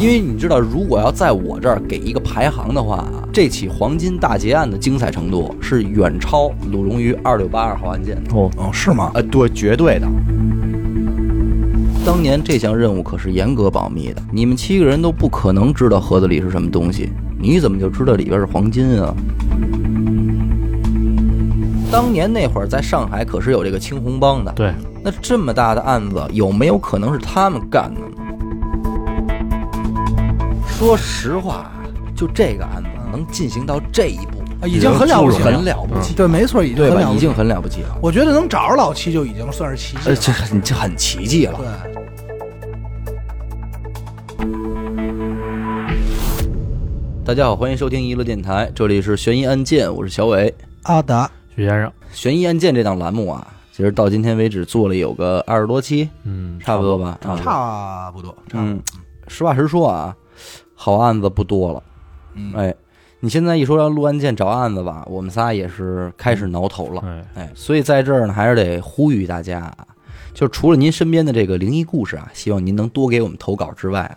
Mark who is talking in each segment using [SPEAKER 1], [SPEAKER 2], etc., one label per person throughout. [SPEAKER 1] 你知道，如果要在我这儿给一个排行的话，这起黄金大劫案的精彩程度是远超鲁荣于二六八二号案件的。
[SPEAKER 2] 哦，
[SPEAKER 3] 哦，是吗？
[SPEAKER 2] 呃，对，绝对的，
[SPEAKER 1] 当年这项任务可是严格保密的，你们七个人都不可能知道盒子里是什么东西。你怎么就知道里边是黄金啊？当年那会儿在上海可是有这个青红帮的，
[SPEAKER 4] 对，
[SPEAKER 1] 那这么大的案子，有没有可能是他们干的呢？说实话，就这个案子能进行到这一步，
[SPEAKER 3] 啊已经很了不起了
[SPEAKER 1] 很了不起，
[SPEAKER 3] 对，没错，已经
[SPEAKER 1] 对
[SPEAKER 3] 很
[SPEAKER 1] 吧？
[SPEAKER 3] 了
[SPEAKER 1] 已
[SPEAKER 3] 不起
[SPEAKER 1] 经很了不起了，
[SPEAKER 3] 我觉得能找着老七就已经算是奇迹
[SPEAKER 1] 呃，
[SPEAKER 3] 了。
[SPEAKER 1] 这很呃这很奇迹了。
[SPEAKER 3] 对，
[SPEAKER 1] 大家好，欢迎收听娱乐电台，这里是悬疑案件，我是小伟。
[SPEAKER 3] 阿达，
[SPEAKER 4] 许先生，
[SPEAKER 1] 悬疑案件这档栏目啊，其实到今天为止做了有个二十多期，
[SPEAKER 4] 嗯，
[SPEAKER 1] 差不多吧，差不多。
[SPEAKER 3] 差不多，差不多
[SPEAKER 1] 嗯，实话实说啊，好案子不多了。
[SPEAKER 3] 嗯
[SPEAKER 1] 哎，你现在一说要录案件找案子吧，我们仨也是开始挠头了。
[SPEAKER 4] 哎，
[SPEAKER 1] 哎，所以在这儿呢，还是得呼吁大家啊，就除了您身边的这个灵异故事啊，希望您能多给我们投稿之外啊，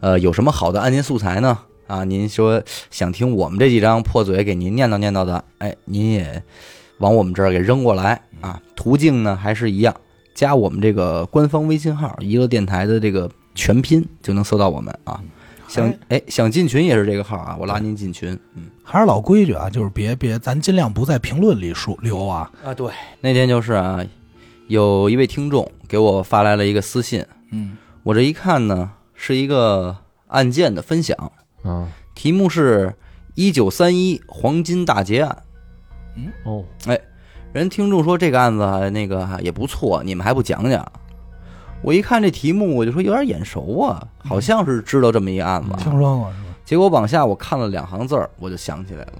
[SPEAKER 1] 呃，有什么好的案件素材呢？啊，您说想听我们这几张破嘴给您念叨念叨的，哎，您也往我们这儿给扔过来啊。途径呢还是一样，加我们这个官方微信号“娱乐电台”的这个全拼就能搜到我们啊。想哎想进群也是这个号啊，我拉您进群。嗯
[SPEAKER 3] 还是老规矩啊，就是别别，咱尽量不在评论里说留啊。
[SPEAKER 1] 啊，对，那天就是啊，有一位听众给我发来了一个私信，
[SPEAKER 3] 嗯，
[SPEAKER 1] 我这一看呢，是一个案件的分享，
[SPEAKER 4] 嗯，
[SPEAKER 1] 题目是“一九三一黄金大劫案
[SPEAKER 4] 哦，”。
[SPEAKER 1] 人听众说这个案子啊那个啊也不错，你们还不讲讲？我一看这题目，我就说有点眼熟啊，好像是知道这么一案子啊。
[SPEAKER 3] 听说过是吧？
[SPEAKER 1] 结果往下我看了两行字儿，我就想起来了，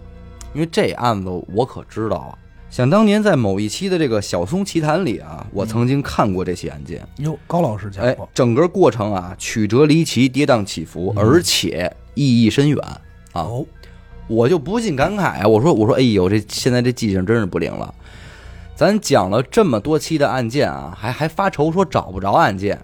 [SPEAKER 1] 因为这案子我可知道啊。想当年在某一期的这个《小松奇谈》里啊，我曾经看过这起案件。
[SPEAKER 3] 哟，高老师嗯讲
[SPEAKER 1] 哎
[SPEAKER 3] 过，，
[SPEAKER 1] 整个过程啊曲折离奇、跌宕起伏，
[SPEAKER 3] 嗯
[SPEAKER 1] 而且意义深远啊！
[SPEAKER 3] 哦，
[SPEAKER 1] 我就不禁感慨啊，我说我说，哎呦，这现在这记性真是不灵了。咱讲了这么多期的案件啊，还还发愁说找不着案件，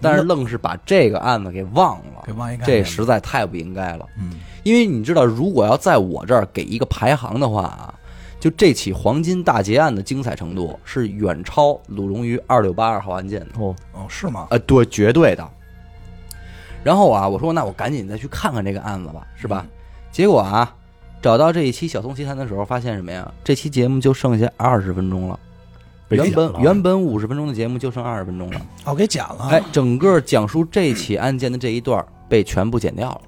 [SPEAKER 1] 但是愣是把这个案子给忘了，
[SPEAKER 3] 给忘一看。
[SPEAKER 1] 这实在太不应该了。
[SPEAKER 3] 嗯，
[SPEAKER 1] 因为你知道，如果要在我这儿给一个排行的话啊，就这起黄金大劫案的精彩程度是远超鲁荣于二六八二号案件的。
[SPEAKER 4] 哦，
[SPEAKER 3] 哦，是吗？
[SPEAKER 2] 呃，对，绝对的，
[SPEAKER 1] 然后啊，我说那我赶紧再去看看这个案子吧，是
[SPEAKER 2] 嗯
[SPEAKER 1] 吧？结果啊，找到这一期《小松奇谈》的时候，发现什么呀？这期节目就剩下二十分钟了。
[SPEAKER 2] 被
[SPEAKER 1] 原
[SPEAKER 2] 剪
[SPEAKER 1] 本
[SPEAKER 2] 了啊
[SPEAKER 1] 原本五十分钟的节目就剩二十分钟了，
[SPEAKER 3] 哦，给剪了。
[SPEAKER 1] 哎，，整个讲述这起案件的这一段儿被全部剪掉了，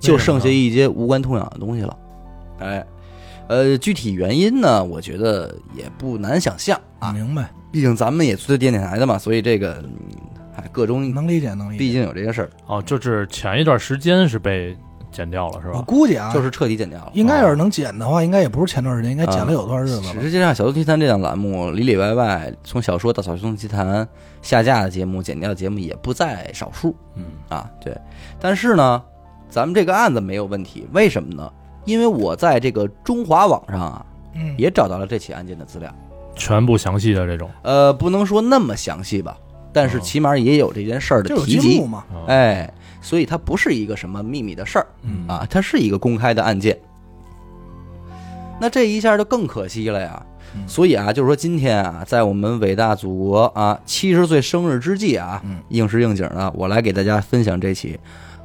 [SPEAKER 1] 就剩下一些无关痛痒的东西了。哎，呃，具体原因呢，我觉得也不难想象啊，
[SPEAKER 3] 明白，
[SPEAKER 1] 毕竟咱们也是电电台的嘛，所以这个嗯还各种
[SPEAKER 3] 能理解，能理解。
[SPEAKER 1] 嗯毕竟有这些事儿，
[SPEAKER 4] 哦，就是前一段时间是被剪掉了，是
[SPEAKER 1] 嗯
[SPEAKER 3] 我
[SPEAKER 4] 吧？
[SPEAKER 3] 估计啊，
[SPEAKER 1] 就是彻底剪掉了。啊
[SPEAKER 3] 应该要是能剪的话，应该也不是前段时间，应该剪了有段日子了。
[SPEAKER 1] 实际上，《小松奇谈》这档栏目里里外外，从小说到《小松奇谈》下架的节目、剪掉的节目也不在少数。
[SPEAKER 3] 嗯
[SPEAKER 1] 啊，对。但是呢，咱们这个案子没有问题，为什么呢？因为我在这个中华网上啊，
[SPEAKER 3] 嗯，
[SPEAKER 1] 也找到了这起案件的资料。
[SPEAKER 4] 全部详细的这种，
[SPEAKER 1] 呃，不能说那么详细吧，但是
[SPEAKER 4] 哦
[SPEAKER 1] 起码也有这件事儿
[SPEAKER 3] 就
[SPEAKER 1] 的
[SPEAKER 3] 有
[SPEAKER 1] 提
[SPEAKER 3] 记
[SPEAKER 1] 及
[SPEAKER 3] 录。嘛。
[SPEAKER 4] 哦，
[SPEAKER 1] 哎，所以它不是一个什么秘密的事儿。
[SPEAKER 3] 嗯
[SPEAKER 1] 啊，它是一个公开的案件。那这一下就更可惜了呀。
[SPEAKER 3] 嗯
[SPEAKER 1] 所以啊，就是说今天啊，在我们伟大祖国啊七十岁生日之际啊
[SPEAKER 3] 嗯，
[SPEAKER 1] 应时应景呢，我来给大家分享这起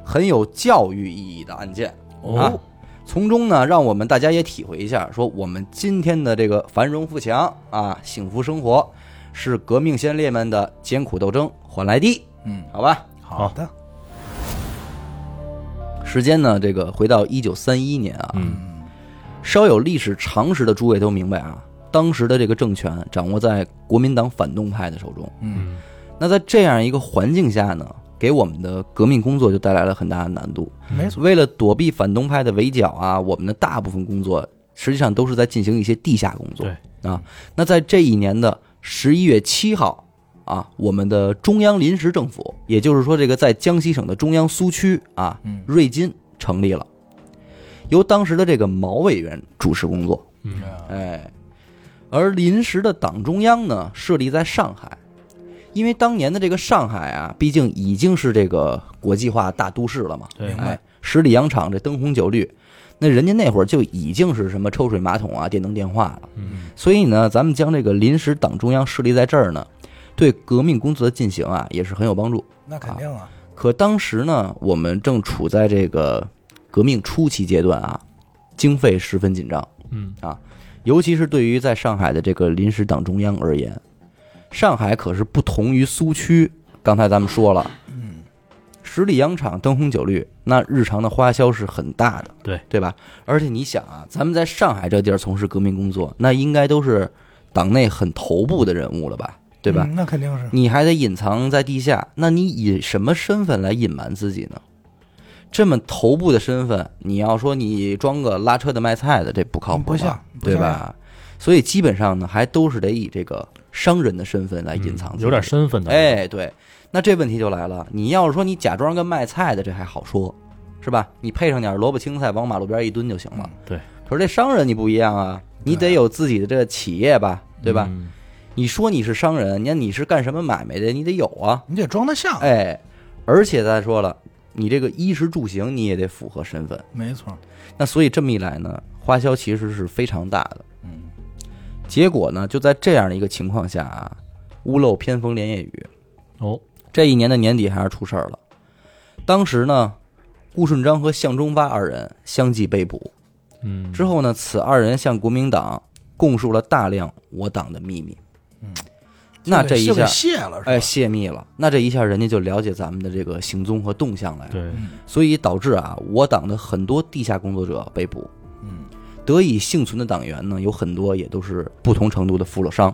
[SPEAKER 1] 很有教育意义的案件啊
[SPEAKER 4] 哦。
[SPEAKER 1] 从中呢，让我们大家也体会一下，说我们今天的这个繁荣富强啊，幸福生活，是革命先烈们的艰苦斗争换来的，
[SPEAKER 3] 嗯，
[SPEAKER 1] 好吧？
[SPEAKER 3] 好的，
[SPEAKER 1] 时间呢，这个回到一九三一年啊，
[SPEAKER 4] 嗯，
[SPEAKER 3] 嗯，
[SPEAKER 1] 稍有历史常识的诸位都明白啊，当时的这个政权掌握在国民党反动派的手中。
[SPEAKER 3] 嗯，
[SPEAKER 1] 那在这样一个环境下呢，给我们的革命工作就带来了很大的难度。
[SPEAKER 3] 嗯没错。
[SPEAKER 1] 为了躲避反动派的围剿啊，我们的大部分工作实际上都是在进行一些地下工作。啊，那在这一年的十一月七号啊，我们的中央临时政府，也就是说这个在江西省的中央苏区啊，
[SPEAKER 3] 嗯
[SPEAKER 1] 瑞金成立了，由当时的这个毛委员主持工作。
[SPEAKER 4] 嗯，
[SPEAKER 3] 啊
[SPEAKER 1] 啊哎，而临时的党中央呢，设立在上海。因为当年的这个上海啊，毕竟已经是这个国际化大都市了嘛，
[SPEAKER 4] 对
[SPEAKER 3] 明白
[SPEAKER 1] 哎，十里洋场这灯红酒绿，那人家那会儿就已经是什么抽水马桶啊、电灯电话了。
[SPEAKER 4] 嗯，
[SPEAKER 1] 所以呢，咱们将这个临时党中央设立在这儿呢，对革命工作的进行啊也是很有帮助。
[SPEAKER 3] 那肯定啊，
[SPEAKER 1] 可当时呢，我们正处在这个革命初期阶段啊，经费十分紧张，啊
[SPEAKER 4] 嗯
[SPEAKER 1] 尤其是对于在上海的这个临时党中央而言，上海可是不同于苏区。刚才咱们说了，
[SPEAKER 3] 嗯，
[SPEAKER 1] 十里洋场灯红酒绿，那日常的花销是很大的，
[SPEAKER 4] 对
[SPEAKER 1] 对吧？而且你想啊，咱们在上海这地儿从事革命工作，那应该都是党内很头部的人物了吧，对吧？
[SPEAKER 3] 嗯那肯定是，
[SPEAKER 1] 你还得隐藏在地下，那你以什么身份来隐瞒自己呢？这么头部的身份，你要说你装个拉车的、卖菜的，这不靠谱吧，
[SPEAKER 3] 嗯不像不
[SPEAKER 1] 对
[SPEAKER 3] 像
[SPEAKER 1] 吧？所以基本上呢，还都是得以这个商人的身份来隐藏自己，
[SPEAKER 4] 嗯有点身份的，，
[SPEAKER 1] 哎，对，那这问题就来了，你要是说你假装个卖菜的，这还好说，是吧？你配上点萝卜青菜，往马路边一蹲就行了。
[SPEAKER 4] 对，
[SPEAKER 1] 可是这商人你不一样啊，你得有自己的这个企业吧，对吧？
[SPEAKER 4] 嗯？
[SPEAKER 1] 你说你是商人，你看你是干什么买卖的，你得有啊。
[SPEAKER 3] 你得装得像，
[SPEAKER 1] 哎，而且再说了，你这个衣食住行你也得符合身份。
[SPEAKER 3] 没错，
[SPEAKER 1] 那所以这么一来呢，花销其实是非常大的。
[SPEAKER 3] 嗯，
[SPEAKER 1] 结果呢，就在这样的一个情况下啊，屋漏偏逢连夜雨，
[SPEAKER 4] 哦，
[SPEAKER 1] 这一年的年底还是出事儿了。当时呢，顾顺章和向忠发二人相继被捕。
[SPEAKER 4] 嗯，
[SPEAKER 1] 之后呢，此二人向国民党供述了大量我党的秘密。
[SPEAKER 3] 嗯，
[SPEAKER 1] 那这一
[SPEAKER 3] 就给
[SPEAKER 1] 下，
[SPEAKER 3] 卸了是吧？
[SPEAKER 1] 哎，泄密了。那这一下，人家就了解咱们的这个行踪和动向来了，
[SPEAKER 4] 对，
[SPEAKER 3] 嗯
[SPEAKER 1] 所以导致啊，我党的很多地下工作者被捕，
[SPEAKER 3] 嗯，
[SPEAKER 1] 得以幸存的党员呢，有很多也都是不同程度的负了伤。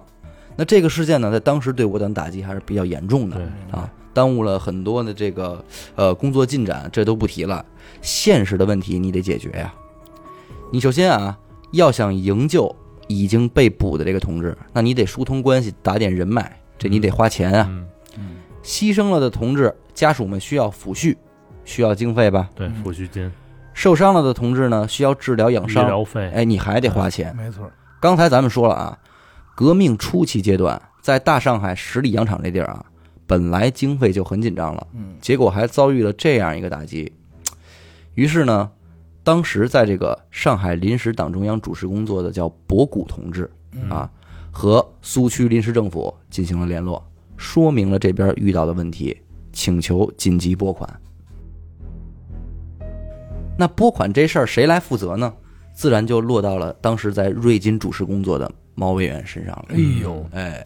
[SPEAKER 1] 那这个事件呢，在当时对我党打击还是比较严重的
[SPEAKER 4] 对
[SPEAKER 1] 啊，耽误了很多的这个呃工作进展，这都不提了。现实的问题你得解决呀、你首先啊，要想营救已经被捕的这个同志，那你得疏通关系，打点人脉，这你得花钱啊。
[SPEAKER 4] 嗯，
[SPEAKER 1] 牺牲了的同志家属们需要抚恤，需要经费吧？
[SPEAKER 4] 对，抚恤金、
[SPEAKER 1] 受伤了的同志呢，需要治疗养
[SPEAKER 4] 医
[SPEAKER 1] 嗯伤，
[SPEAKER 4] 疗费，
[SPEAKER 1] 哎，你还得花钱。
[SPEAKER 3] 没错，
[SPEAKER 1] 刚才咱们说了啊，革命初期阶段，在大上海十里洋场这地儿啊，本来经费就很紧张了，
[SPEAKER 3] 嗯，
[SPEAKER 1] 结果还遭遇了这样一个打击。于是呢，当时在这个上海临时党中央主持工作的叫博古同志
[SPEAKER 3] 嗯
[SPEAKER 1] 啊，和苏区临时政府进行了联络，说明了这边遇到的问题，请求紧急拨款。那拨款这事儿谁来负责呢？自然就落到了当时在瑞金主持工作的毛委员身上了。
[SPEAKER 3] 哎呦，
[SPEAKER 1] 哎，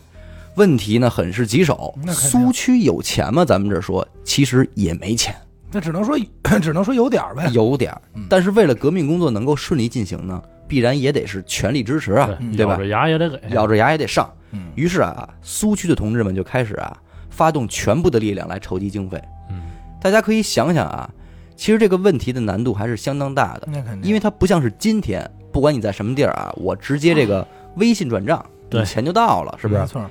[SPEAKER 1] 问题呢很是棘手。
[SPEAKER 3] 那肯定
[SPEAKER 1] 苏区有钱吗？咱们这说其实也没钱，
[SPEAKER 3] 那只能说 只能说有点儿呗，
[SPEAKER 1] 哎有点儿
[SPEAKER 3] 嗯。
[SPEAKER 1] 但是为了革命工作能够顺利进行呢，必然也得是全力支持啊，对
[SPEAKER 4] 嗯咬
[SPEAKER 1] 吧
[SPEAKER 4] 着？牙也得给，
[SPEAKER 1] 咬着牙也得上。
[SPEAKER 3] 嗯，
[SPEAKER 1] 于是啊，苏区的同志们就开始啊，发动全部的力量来筹集经费。
[SPEAKER 4] 嗯，
[SPEAKER 1] 大家可以想想啊，其实这个问题的难度还是相当大的，
[SPEAKER 3] 那肯定，
[SPEAKER 1] 因为它不像是今天，不管你在什么地儿啊，我直接这个微信转账，
[SPEAKER 4] 对
[SPEAKER 1] 你钱就到了，是不是
[SPEAKER 3] 没？错，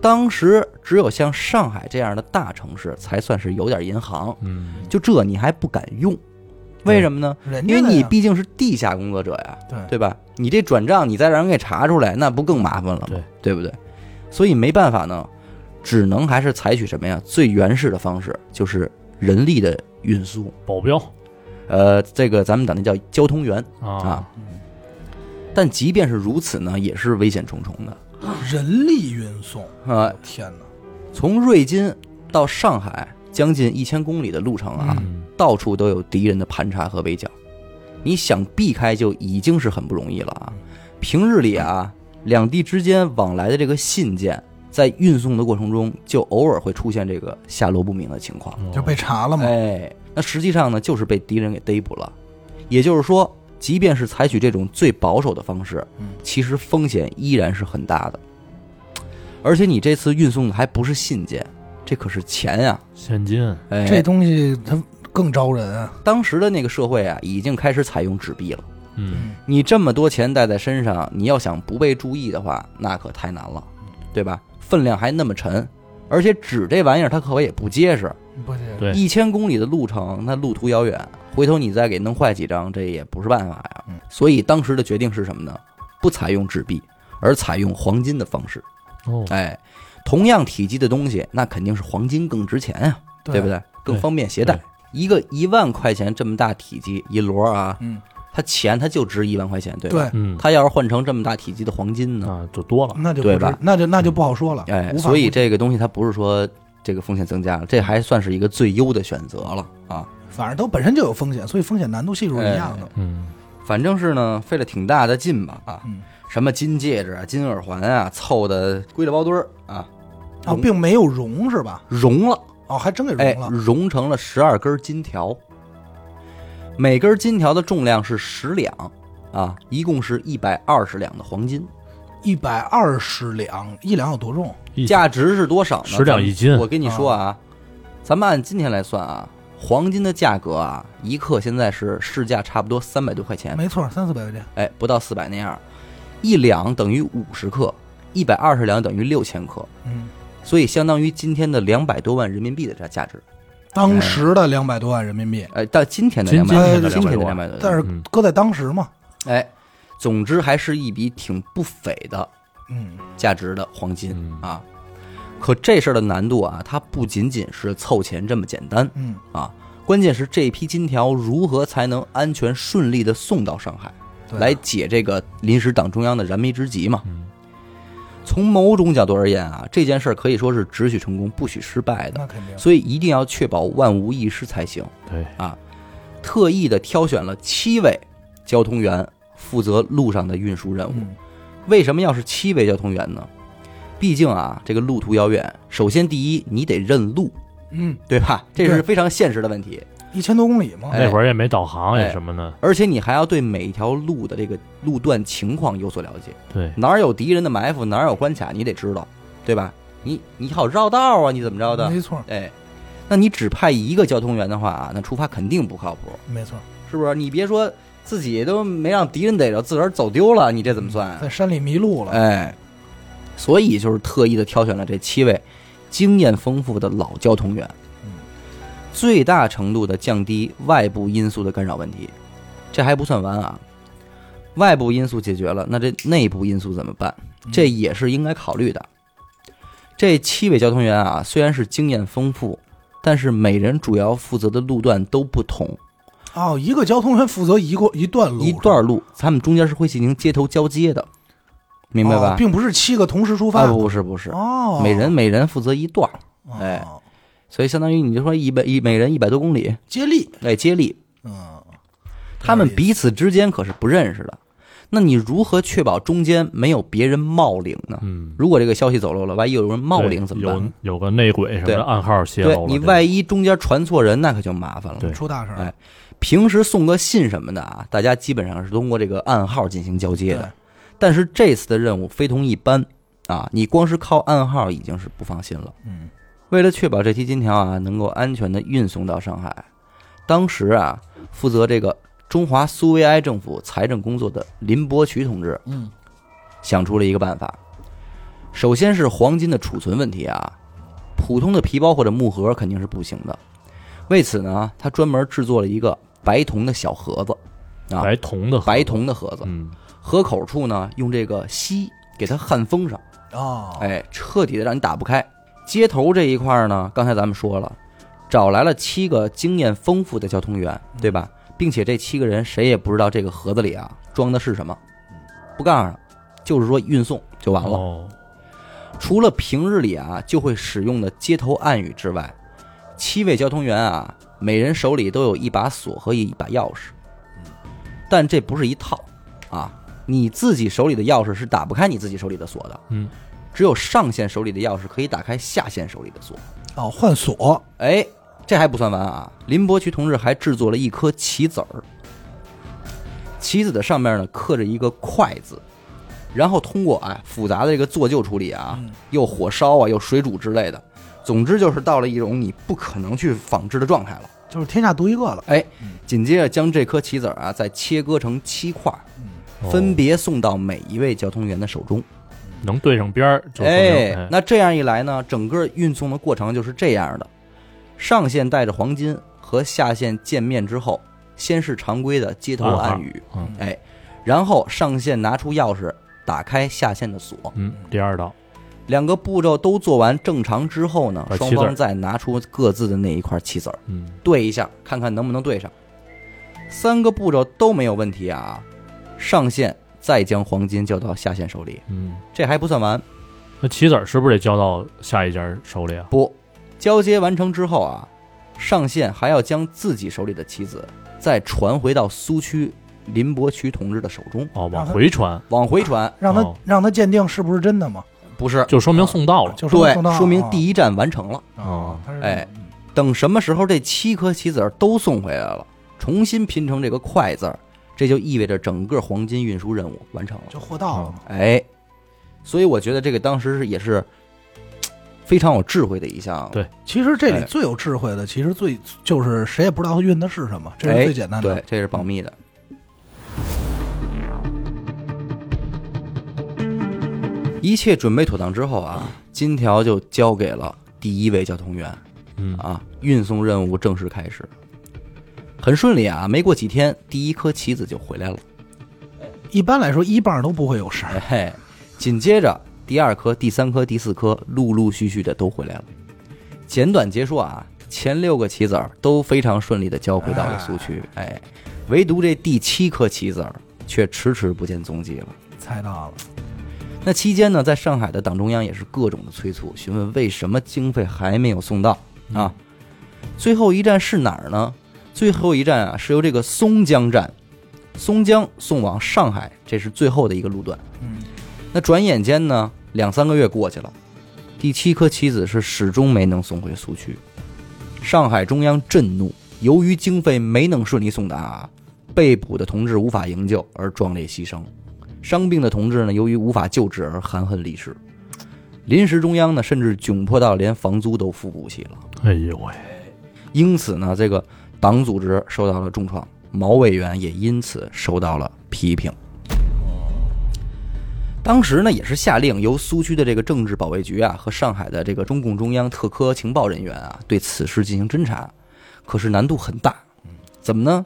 [SPEAKER 1] 当时只有像上海这样的大城市才算是有点银行，
[SPEAKER 4] 嗯，
[SPEAKER 1] 就这你还不敢用，为什么呢？
[SPEAKER 3] 人
[SPEAKER 1] 因
[SPEAKER 3] 家
[SPEAKER 1] 为
[SPEAKER 3] 的
[SPEAKER 1] 你
[SPEAKER 3] 呀
[SPEAKER 1] 毕竟是地下工作者呀，
[SPEAKER 3] 对
[SPEAKER 1] 对吧？你这转账你再让人给查出来，那不更麻烦了吗？
[SPEAKER 4] 对，
[SPEAKER 1] 不对？所以没办法呢，只能还是采取什么呀？最原始的方式就是人力的运输，
[SPEAKER 4] 保镖
[SPEAKER 1] 呃，这个咱们党那叫交通员啊。
[SPEAKER 3] 嗯
[SPEAKER 1] 但即便是如此呢，也是危险重重的。
[SPEAKER 3] 人力运送，
[SPEAKER 1] 呃，
[SPEAKER 3] 天哪，
[SPEAKER 1] 从瑞金到上海将近一千公里的路程啊，
[SPEAKER 4] 嗯
[SPEAKER 1] 到处都有敌人的盘查和围剿，你想避开就已经是很不容易了
[SPEAKER 3] 嗯
[SPEAKER 1] 啊。平日里啊，两地之间往来的这个信件，在运送的过程中，就偶尔会出现这个下落不明的情况。
[SPEAKER 4] 哦
[SPEAKER 3] 就被查了嘛，
[SPEAKER 1] 哎，那实际上呢，就是被敌人给逮捕了。也就是说，即便是采取这种最保守的方式
[SPEAKER 3] 嗯，
[SPEAKER 1] 其实风险依然是很大的。而且你这次运送的还不是信件，这可是钱呀、
[SPEAKER 4] 现金，
[SPEAKER 1] 哎，
[SPEAKER 3] 这东西它更招人啊，
[SPEAKER 1] 当时的那个社会啊，已经开始采用纸币了。
[SPEAKER 4] 嗯，
[SPEAKER 1] 你这么多钱带在身上，你要想不被注意的话，那可太难了，对吧？分量还那么沉，而且纸这玩意儿它可也不结实，
[SPEAKER 3] 嗯不是，
[SPEAKER 4] 对
[SPEAKER 1] 一千公里的路程，那路途遥远，回头你再给弄坏几张，这也不是办法呀
[SPEAKER 3] 嗯。
[SPEAKER 1] 所以当时的决定是什么呢？不采用纸币，而采用黄金的方式。
[SPEAKER 4] 哦，
[SPEAKER 1] 哎，同样体积的东西，那肯定是黄金更值钱呀、对不？对？更方便携带
[SPEAKER 4] 对。
[SPEAKER 1] 一个一万块钱这么大体积一摞啊，
[SPEAKER 3] 嗯，
[SPEAKER 1] 它钱它就值一万块钱，对吧？
[SPEAKER 3] 对，
[SPEAKER 4] 嗯，
[SPEAKER 1] 它要是换成这么大体积的黄金呢？
[SPEAKER 4] 啊就多了，
[SPEAKER 3] 那就
[SPEAKER 1] 对
[SPEAKER 3] 不知
[SPEAKER 1] 吧
[SPEAKER 3] 那就那就不好说了。
[SPEAKER 1] 哎，
[SPEAKER 3] 啊无法
[SPEAKER 1] 所以
[SPEAKER 3] 估计
[SPEAKER 1] 这个东西它不是说这个风险增加了，这还算是一个最优的选择了啊。
[SPEAKER 3] 反正都本身就有风险，所以风险难度系数是一
[SPEAKER 1] 哎
[SPEAKER 3] 样的。
[SPEAKER 4] 嗯，
[SPEAKER 1] 反正是呢，费了挺大的劲吧啊，
[SPEAKER 3] 嗯
[SPEAKER 1] 什么金戒指啊、金耳环啊，凑的归了包堆儿啊，
[SPEAKER 3] 哦，并没有融是吧？
[SPEAKER 1] 融了，
[SPEAKER 3] 哦，还真给
[SPEAKER 1] 哎
[SPEAKER 3] 融，了。
[SPEAKER 1] 融成了十二根金条，每根金条的重量是十两啊，一共是一百二十两的黄金，
[SPEAKER 3] 一百二十两，一两有多重？
[SPEAKER 4] 一
[SPEAKER 1] 价值是多少呢？
[SPEAKER 4] 十两一斤
[SPEAKER 1] 咱们我跟你说啊，咱们按今天来算啊，黄金的价格啊，一克现在是市价差不多三百多块钱，
[SPEAKER 3] 没错，三四百块钱。
[SPEAKER 1] 哎，不到四百那样，一两等于五十克，一百二十两等于六千克，
[SPEAKER 3] 嗯，
[SPEAKER 1] 所以相当于今天的两百多万人民币的价价值。
[SPEAKER 3] 当时的两百多万人民币，
[SPEAKER 1] 哎，到今天的
[SPEAKER 4] 今
[SPEAKER 1] 两百，
[SPEAKER 3] 今天的
[SPEAKER 1] 今天的两
[SPEAKER 4] 200
[SPEAKER 1] 百多，
[SPEAKER 3] 但是
[SPEAKER 4] 嗯
[SPEAKER 3] 搁在当时嘛，
[SPEAKER 1] 哎，总之还是一笔挺不菲的
[SPEAKER 3] 嗯，
[SPEAKER 1] 价值的黄金
[SPEAKER 4] 嗯
[SPEAKER 1] 啊。可这事儿的难度啊，它不仅仅是凑钱这么简单，
[SPEAKER 3] 嗯，
[SPEAKER 1] 啊，关键是这批金条如何才能安全顺利的送到上海，
[SPEAKER 3] 对啊
[SPEAKER 1] 来解这个临时党中央的燃眉之急嘛？
[SPEAKER 4] 嗯
[SPEAKER 1] 从某种角度而言啊，这件事儿可以说是只许成功不许失败的，
[SPEAKER 3] 那肯定。
[SPEAKER 1] 所以一定要确保万无一失才行。
[SPEAKER 4] 对，
[SPEAKER 1] 特意的挑选了七位交通员负责路上的运输任务。
[SPEAKER 3] 嗯，
[SPEAKER 1] 为什么要是七位交通员呢？毕竟啊，这个路途遥远，首先第一，你得认路，
[SPEAKER 3] 嗯，
[SPEAKER 1] 对吧？这是
[SPEAKER 3] 对
[SPEAKER 1] 非常现实的问题。
[SPEAKER 3] 一千多公里嘛，
[SPEAKER 1] 哎
[SPEAKER 4] 那会儿也没导航
[SPEAKER 1] 哎
[SPEAKER 4] 也什么的，
[SPEAKER 1] 而且你还要对每一条路的这个路段情况有所了解，
[SPEAKER 4] 对，
[SPEAKER 1] 哪儿有敌人的埋伏，哪儿有关卡，你得知道，对吧？你你好绕道啊，你怎么着的？
[SPEAKER 3] 没错，
[SPEAKER 1] 哎，那你只派一个交通员的话啊，那出发肯定不靠谱，
[SPEAKER 3] 没错。
[SPEAKER 1] 是不是？你别说自己都没让敌人逮着，自个儿走丢了，你这怎么算啊？
[SPEAKER 3] 在山里迷路了，
[SPEAKER 1] 哎，所以就是特意的挑选了这七位经验丰富的老交通员
[SPEAKER 3] 嗯，
[SPEAKER 1] 最大程度的降低外部因素的干扰问题。这还不算完啊，外部因素解决了，那这内部因素怎么
[SPEAKER 3] 嗯
[SPEAKER 1] 办？这也是应该考虑的。这七位交通员啊，虽然是经验丰富，但是每人主要负责的路段都不同，
[SPEAKER 3] 哦，一个交通员负责一个一段路，
[SPEAKER 1] 一段路他们中间是会进行街头交接的，明白
[SPEAKER 3] 哦
[SPEAKER 1] 吧？
[SPEAKER 3] 并不是七个同时出发
[SPEAKER 1] 啊，，不是不是，
[SPEAKER 3] 哦，
[SPEAKER 1] 每人每人负责一段儿，
[SPEAKER 3] 哦
[SPEAKER 1] 哎所以相当于你就说一百一每人一百多公里
[SPEAKER 3] 接力，
[SPEAKER 1] 来接力，
[SPEAKER 3] 嗯，
[SPEAKER 1] 他们彼此之间可是不认识的。那你如何确保中间没有别人冒领呢？
[SPEAKER 4] 嗯，
[SPEAKER 1] 如果这个消息走漏了，万一有人冒
[SPEAKER 4] 对
[SPEAKER 1] 领怎么办？
[SPEAKER 4] 有有个内鬼什么
[SPEAKER 1] 对
[SPEAKER 4] 的暗号泄
[SPEAKER 1] 对
[SPEAKER 4] 露了，
[SPEAKER 1] 你
[SPEAKER 4] 这
[SPEAKER 1] 万一中间传错人，那可就麻烦了。
[SPEAKER 4] 对
[SPEAKER 3] 出大事儿了，
[SPEAKER 1] 哎平时送个信什么的啊，大家基本上是通过这个暗号进行交接的。但是这次的任务非同一般啊，你光是靠暗号已经是不放心了。
[SPEAKER 3] 嗯，
[SPEAKER 1] 为了确保这批金条啊能够安全的运送到上海，当时啊负责这个中华苏维埃政府财政工作的林伯渠同志，
[SPEAKER 3] 嗯，
[SPEAKER 1] 想出了一个办法。首先是黄金的储存问题啊，普通的皮包或者木盒肯定是不行的。为此呢，他专门制作了一个白铜的小盒子，啊
[SPEAKER 4] 白铜的盒
[SPEAKER 1] 白，铜的盒子，
[SPEAKER 4] 嗯，
[SPEAKER 1] 盒口处呢用这个锡给它焊封上。
[SPEAKER 3] 哦，
[SPEAKER 1] 哎，彻底的让你打不开。街头这一块儿呢，刚才咱们说了，找来了七个经验丰富的交通员，对吧？并且这七个人谁也不知道这个盒子里啊装的是什么，不告诉他，就是说运送就完了。
[SPEAKER 4] 哦，
[SPEAKER 1] 除了平日里啊就会使用的街头暗语之外，七位交通员啊，每人手里都有一把锁和一把钥匙，但这不是一套啊，你自己手里的钥匙是打不开你自己手里的锁的。
[SPEAKER 4] 嗯，
[SPEAKER 1] 只有上线手里的钥匙可以打开下线手里的锁。
[SPEAKER 3] 哦，换锁，
[SPEAKER 1] 哎，这还不算完啊！林伯渠同志还制作了一颗棋子儿，棋子的上面呢刻着一个“快”字，然后通过哎复杂的这个做旧处理啊，又火烧啊，又水煮之类的，总之就是到了一种你不可能去仿制的状态了。
[SPEAKER 3] 就是天下独一个了，
[SPEAKER 1] 哎，紧接着将这颗棋子儿啊再切割成七块，
[SPEAKER 3] 嗯
[SPEAKER 1] 分
[SPEAKER 4] 别
[SPEAKER 1] 别送到每一位交通员的手中。
[SPEAKER 4] 能对上边儿，就说明
[SPEAKER 1] 哎，那这样一来呢，整个运送的过程就是这样的：上线带着黄金和下线见面之后，先是常规的街头
[SPEAKER 4] 啊
[SPEAKER 1] 暗语，
[SPEAKER 4] 暗号
[SPEAKER 3] 嗯
[SPEAKER 1] 哎，然后上线拿出钥匙打开下线的锁，
[SPEAKER 4] 嗯，第二道，
[SPEAKER 1] 两个步骤都做完正常之后呢，
[SPEAKER 4] 把棋
[SPEAKER 1] 双
[SPEAKER 4] 子儿
[SPEAKER 1] 方再拿出各自的那一块棋子儿
[SPEAKER 4] 嗯，
[SPEAKER 1] 对一下，看看能不能对上。三个步骤都没有问题啊，上线再将黄金交到下线手里，
[SPEAKER 4] 嗯，
[SPEAKER 1] 这还不算完，
[SPEAKER 4] 那棋子儿是不是得交到下一家人手里啊？
[SPEAKER 1] 不，交接完成之后啊，上线还要将自己手里的棋子再传回到苏区林伯渠同志的手中，
[SPEAKER 3] 让
[SPEAKER 4] 哦，往
[SPEAKER 3] 他
[SPEAKER 4] 回传，
[SPEAKER 1] 往回传，
[SPEAKER 3] 让他
[SPEAKER 4] 哦
[SPEAKER 3] 让他鉴定是不是真的嘛？
[SPEAKER 1] 不是
[SPEAKER 4] 就说明送到了。啊
[SPEAKER 3] 就
[SPEAKER 1] 对，
[SPEAKER 3] 说
[SPEAKER 1] 说明第一站完成了。
[SPEAKER 3] 啊，他是
[SPEAKER 1] 哎等什么时候这七颗棋子儿都送回来了，重新拼成这个“快”字儿，这就意味着整个黄金运输任务完成了。
[SPEAKER 3] 就货到了嘛。
[SPEAKER 1] 哎，所以我觉得这个当时是也是嘖非常有智慧的一项。
[SPEAKER 4] 对
[SPEAKER 3] 其实这里
[SPEAKER 1] 哎
[SPEAKER 3] 最有智慧的，其实最就是谁也不知道他运的是什么，这是
[SPEAKER 1] 哎
[SPEAKER 3] 最简单的。
[SPEAKER 1] 对，这是保密的。一切准备妥当之后啊，
[SPEAKER 3] 嗯
[SPEAKER 1] 金条就交给了第一位交通员
[SPEAKER 4] 嗯，
[SPEAKER 1] 啊，运送任务正式开始。很顺利啊，没过几天，第一颗棋子就回来了。
[SPEAKER 3] 一般来说，一棒都不会有事儿。
[SPEAKER 1] 哎嘿，紧接着第二颗、第三颗、第四颗陆陆续续的都回来了。简短结束啊，前六个棋子儿都非常顺利的交回到了苏区，哎，唯独这第七颗棋子儿却迟迟不见踪迹了。
[SPEAKER 3] 猜到了，
[SPEAKER 1] 那期间呢，在上海的党中央也是各种的催促，询问为什么经费还没有送到啊。最后一站是哪儿呢？最后一站啊，是由这个松江站，松江送往上海，这是最后的一个路段。
[SPEAKER 3] 嗯，
[SPEAKER 1] 那转眼间呢，两三个月过去了，第七颗棋子是始终没能送回苏区。上海中央震怒，由于经费没能顺利送达，被捕的同志无法营救而壮烈牺牲，伤病的同志呢，由于无法救治而含恨离世。临时中央呢，甚至窘迫到连房租都付不起了，
[SPEAKER 4] 哎呦喂，
[SPEAKER 1] 因此呢，这个党组织受到了重创，毛委员也因此受到了批评。当时呢，也是下令由苏区的这个政治保卫局啊和上海的这个中共中央特科情报人员啊对此事进行侦查，可是难度很大。怎么呢？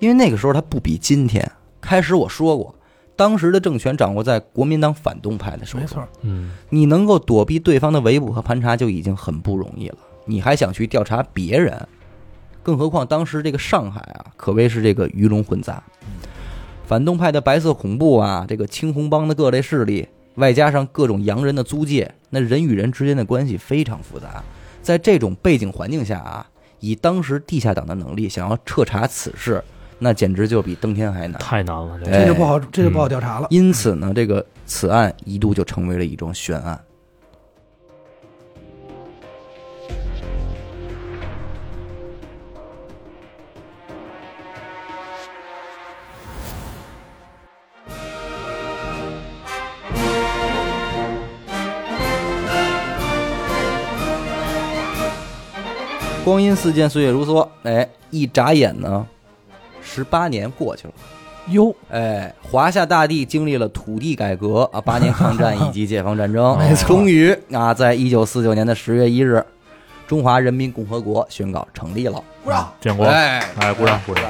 [SPEAKER 1] 因为那个时候它不比今天。开始我说过，当时的政权掌握在国民党反动派的手
[SPEAKER 3] 没
[SPEAKER 1] 中，
[SPEAKER 3] 错，
[SPEAKER 4] 嗯，
[SPEAKER 1] 你能够躲避对方的围捕和盘查就已经很不容易了，你还想去调查别人？更何况当时这个上海啊，可谓是这个鱼龙混杂，反动派的白色恐怖啊，这个青红帮的各类势力，外加上各种洋人的租界，那人与人之间的关系非常复杂。在这种背景环境下啊，以当时地下党的能力，想要彻查此事，那简直就比登天还难。
[SPEAKER 4] 太难了，这
[SPEAKER 1] 哎
[SPEAKER 3] 这就不好，这就不好调查了。
[SPEAKER 1] 因此呢，这个此案一度就成为了一桩悬案。光阴似箭，岁月如梭，哎，一眨眼呢，十八年过去了。
[SPEAKER 3] 哟，
[SPEAKER 1] 哎，华夏大地经历了土地改革啊，八年抗战以及解放战争，
[SPEAKER 3] 没错
[SPEAKER 1] 终于啊，在一九四九年的十月一日，中华人民共和国宣告成立了。
[SPEAKER 3] 鼓掌！
[SPEAKER 4] 建国，
[SPEAKER 1] 哎，
[SPEAKER 4] 哎，鼓掌鼓掌，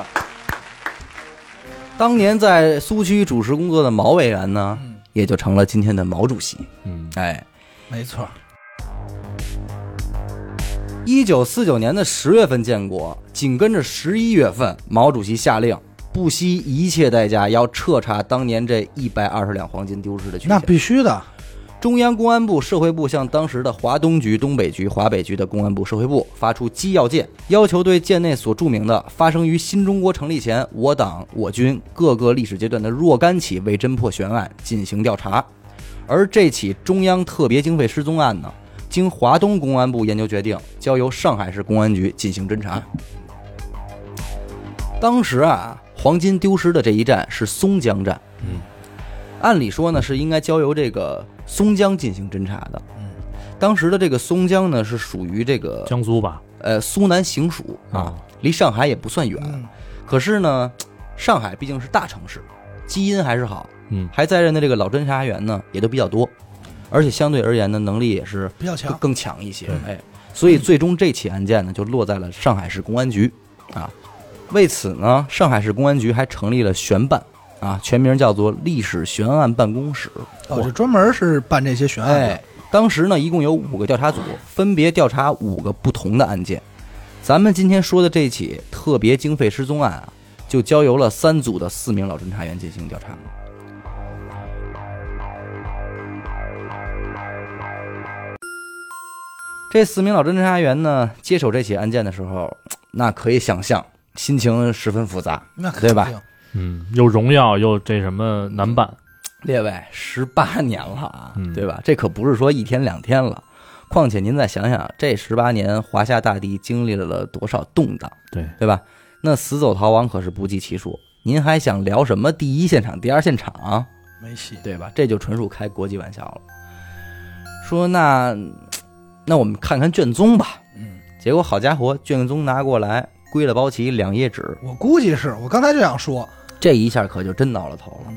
[SPEAKER 1] 当年在苏区主持工作的毛委员呢，
[SPEAKER 3] 嗯，
[SPEAKER 1] 也就成了今天的毛主席。
[SPEAKER 4] 嗯，
[SPEAKER 1] 哎，
[SPEAKER 3] 没错，
[SPEAKER 1] 一九四九年的十月份建国，紧跟着十一月份，毛主席下令不惜一切代价要彻查当年这一百二十两黄金丢失的去
[SPEAKER 3] 那
[SPEAKER 1] 向。
[SPEAKER 3] 必须的。
[SPEAKER 1] 中央公安部、社会部向当时的华东局、东北局、华北局的公安部、社会部发出机要件，要求对界内所注明的发生于新中国成立前我党我军各个历史阶段的若干起未侦破悬案进行调查。而这起中央特别经费失踪案呢，经华东公安部研究决定，交由上海市公安局进行侦查。当时啊，黄金丢失的这一站是松江站。
[SPEAKER 3] 嗯，
[SPEAKER 1] 按理说呢是应该交由这个松江进行侦查的。
[SPEAKER 3] 嗯，
[SPEAKER 1] 当时的这个松江呢是属于这个
[SPEAKER 4] 江苏吧，
[SPEAKER 1] 呃苏南行署啊，
[SPEAKER 4] 啊，
[SPEAKER 1] 离上海也不算远。
[SPEAKER 3] 嗯，
[SPEAKER 1] 可是呢，上海毕竟是大城市，基因还是好，
[SPEAKER 4] 嗯，
[SPEAKER 1] 还在任的这个老侦查员呢也都比较多，而且相对而言呢能力也是
[SPEAKER 3] 比较
[SPEAKER 1] 更
[SPEAKER 3] 强。
[SPEAKER 1] 更强一些
[SPEAKER 4] 对。
[SPEAKER 1] 哎，所以最终这起案件呢，就落在了上海市公安局啊。为此呢，上海市公安局还成立了悬办啊，全名叫做历史悬案办公室。
[SPEAKER 3] 哦，就专门是办这些悬案的。
[SPEAKER 1] 哎，当时呢，一共有五个调查组，分别调查五个不同的案件。咱们今天说的这起特别经费失踪案啊，就交由了三组的四名老侦查员进行调查。这四名老侦查员呢，接手这起案件的时候，那可以想象，心情十分复杂。
[SPEAKER 3] 那肯
[SPEAKER 1] 对吧
[SPEAKER 3] 定？
[SPEAKER 4] 嗯，又荣耀又这什么男版，
[SPEAKER 1] 列位，十八年了啊，
[SPEAKER 4] 嗯
[SPEAKER 1] 对吧？这可不是说一天两天了。况且您再想想，这十八年华夏大地经历了多少动荡，
[SPEAKER 4] 对
[SPEAKER 1] 对吧？那死走逃亡可是不计其数。您还想聊什么第一现场、第二现场，
[SPEAKER 3] 没戏。
[SPEAKER 1] 对吧？这就纯属开国际玩笑了。说那，那我们看看卷宗吧。
[SPEAKER 3] 嗯，
[SPEAKER 1] 结果好家伙，卷宗拿过来，归了包齐两页纸，
[SPEAKER 3] 我估计是我刚才就想说，
[SPEAKER 1] 这一下可就真挠了头了
[SPEAKER 3] 嗯。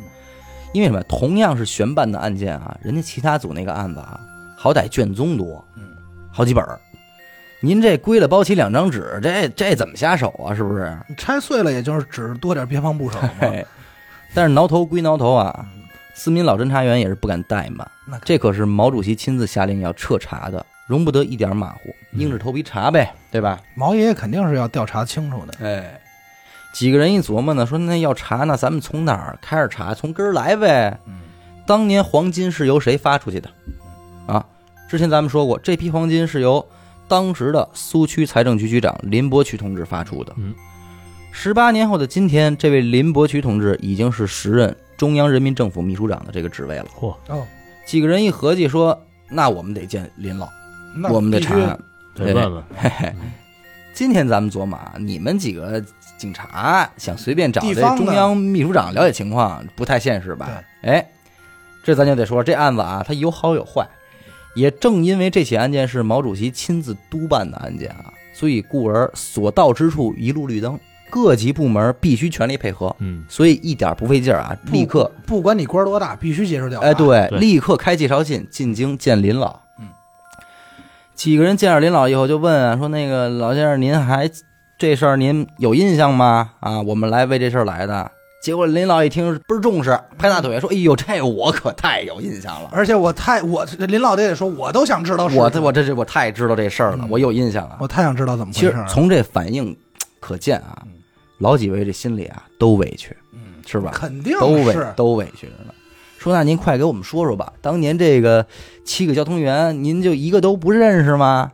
[SPEAKER 1] 因为什么？同样是悬办的案件啊，人家其他组那个案子啊，好歹卷宗多
[SPEAKER 3] 嗯，
[SPEAKER 1] 好几本儿。您这归了包齐两张纸，这这怎么下手啊？是不是？
[SPEAKER 3] 你拆碎了也就是只多点边防部首嘛。
[SPEAKER 1] 嘿，但是挠头归挠头啊，
[SPEAKER 3] 嗯
[SPEAKER 1] 四名老侦查员也是不敢怠慢。
[SPEAKER 3] 那肯
[SPEAKER 1] 这可是毛主席亲自下令要彻查的，容不得一点马虎，
[SPEAKER 3] 嗯
[SPEAKER 1] 硬着头皮查呗，对吧？
[SPEAKER 3] 毛爷爷肯定是要调查清楚的。
[SPEAKER 1] 哎，几个人一琢磨呢，说那要查呢，咱们从哪儿开始查？从根儿来呗。
[SPEAKER 3] 嗯，
[SPEAKER 1] 当年黄金是由谁发出去的？啊，之前咱们说过，这批黄金是由当时的苏区财政局局长林伯渠同志发出的。
[SPEAKER 4] 嗯，
[SPEAKER 1] 十八年后的今天，这位林伯渠同志已经是时任中央人民政府秘书长的这个职位了。
[SPEAKER 4] 嚯，
[SPEAKER 3] 哦，
[SPEAKER 1] 几个人一合计说，那我们得见林老，
[SPEAKER 3] 那
[SPEAKER 1] 我们得
[SPEAKER 3] 必须
[SPEAKER 1] 查。哎
[SPEAKER 4] 得问问，
[SPEAKER 1] 嘿嘿，今天咱们琢磨啊，你们几个警察想随便找这
[SPEAKER 3] 地方的
[SPEAKER 1] 中央秘书长了解情况，不太现实吧？哎，这咱就得说这案子啊，它有好有坏。也正因为这起案件是毛主席亲自督办的案件啊，所以故而所到之处一路绿灯，各级部门必须全力配合，
[SPEAKER 4] 嗯，
[SPEAKER 1] 所以一点不费劲儿啊，
[SPEAKER 3] 不
[SPEAKER 1] 立刻
[SPEAKER 3] 不管你官儿多大，必须接受调查。
[SPEAKER 1] 哎，，对，
[SPEAKER 4] 对
[SPEAKER 1] 立刻开介绍信进京见林老。
[SPEAKER 3] 嗯，
[SPEAKER 1] 几个人见着林老以后就问啊，说那个老先生，您还这事儿您有印象吗？啊，我们来为这事儿来的。结果林老一听倍儿重视，拍大腿说：“哎呦，这我可太有印象了，
[SPEAKER 3] 而且我太我这林老爹也说，我都想知道是
[SPEAKER 1] 我这我这这我太知道这事儿了，
[SPEAKER 3] 嗯
[SPEAKER 1] 我有印象啊。
[SPEAKER 3] 我太想知道怎么
[SPEAKER 1] 其
[SPEAKER 3] 回事
[SPEAKER 1] 实
[SPEAKER 3] 儿了。
[SPEAKER 1] 从这反应可见啊，
[SPEAKER 3] 嗯
[SPEAKER 1] 老几位这心里啊都委屈，
[SPEAKER 3] 嗯，
[SPEAKER 1] 是吧？
[SPEAKER 3] 肯定
[SPEAKER 1] 都委
[SPEAKER 3] 是
[SPEAKER 1] 都委屈着呢。说那您快给我们说说吧，当年这个七个交通员，您就一个都不认识吗？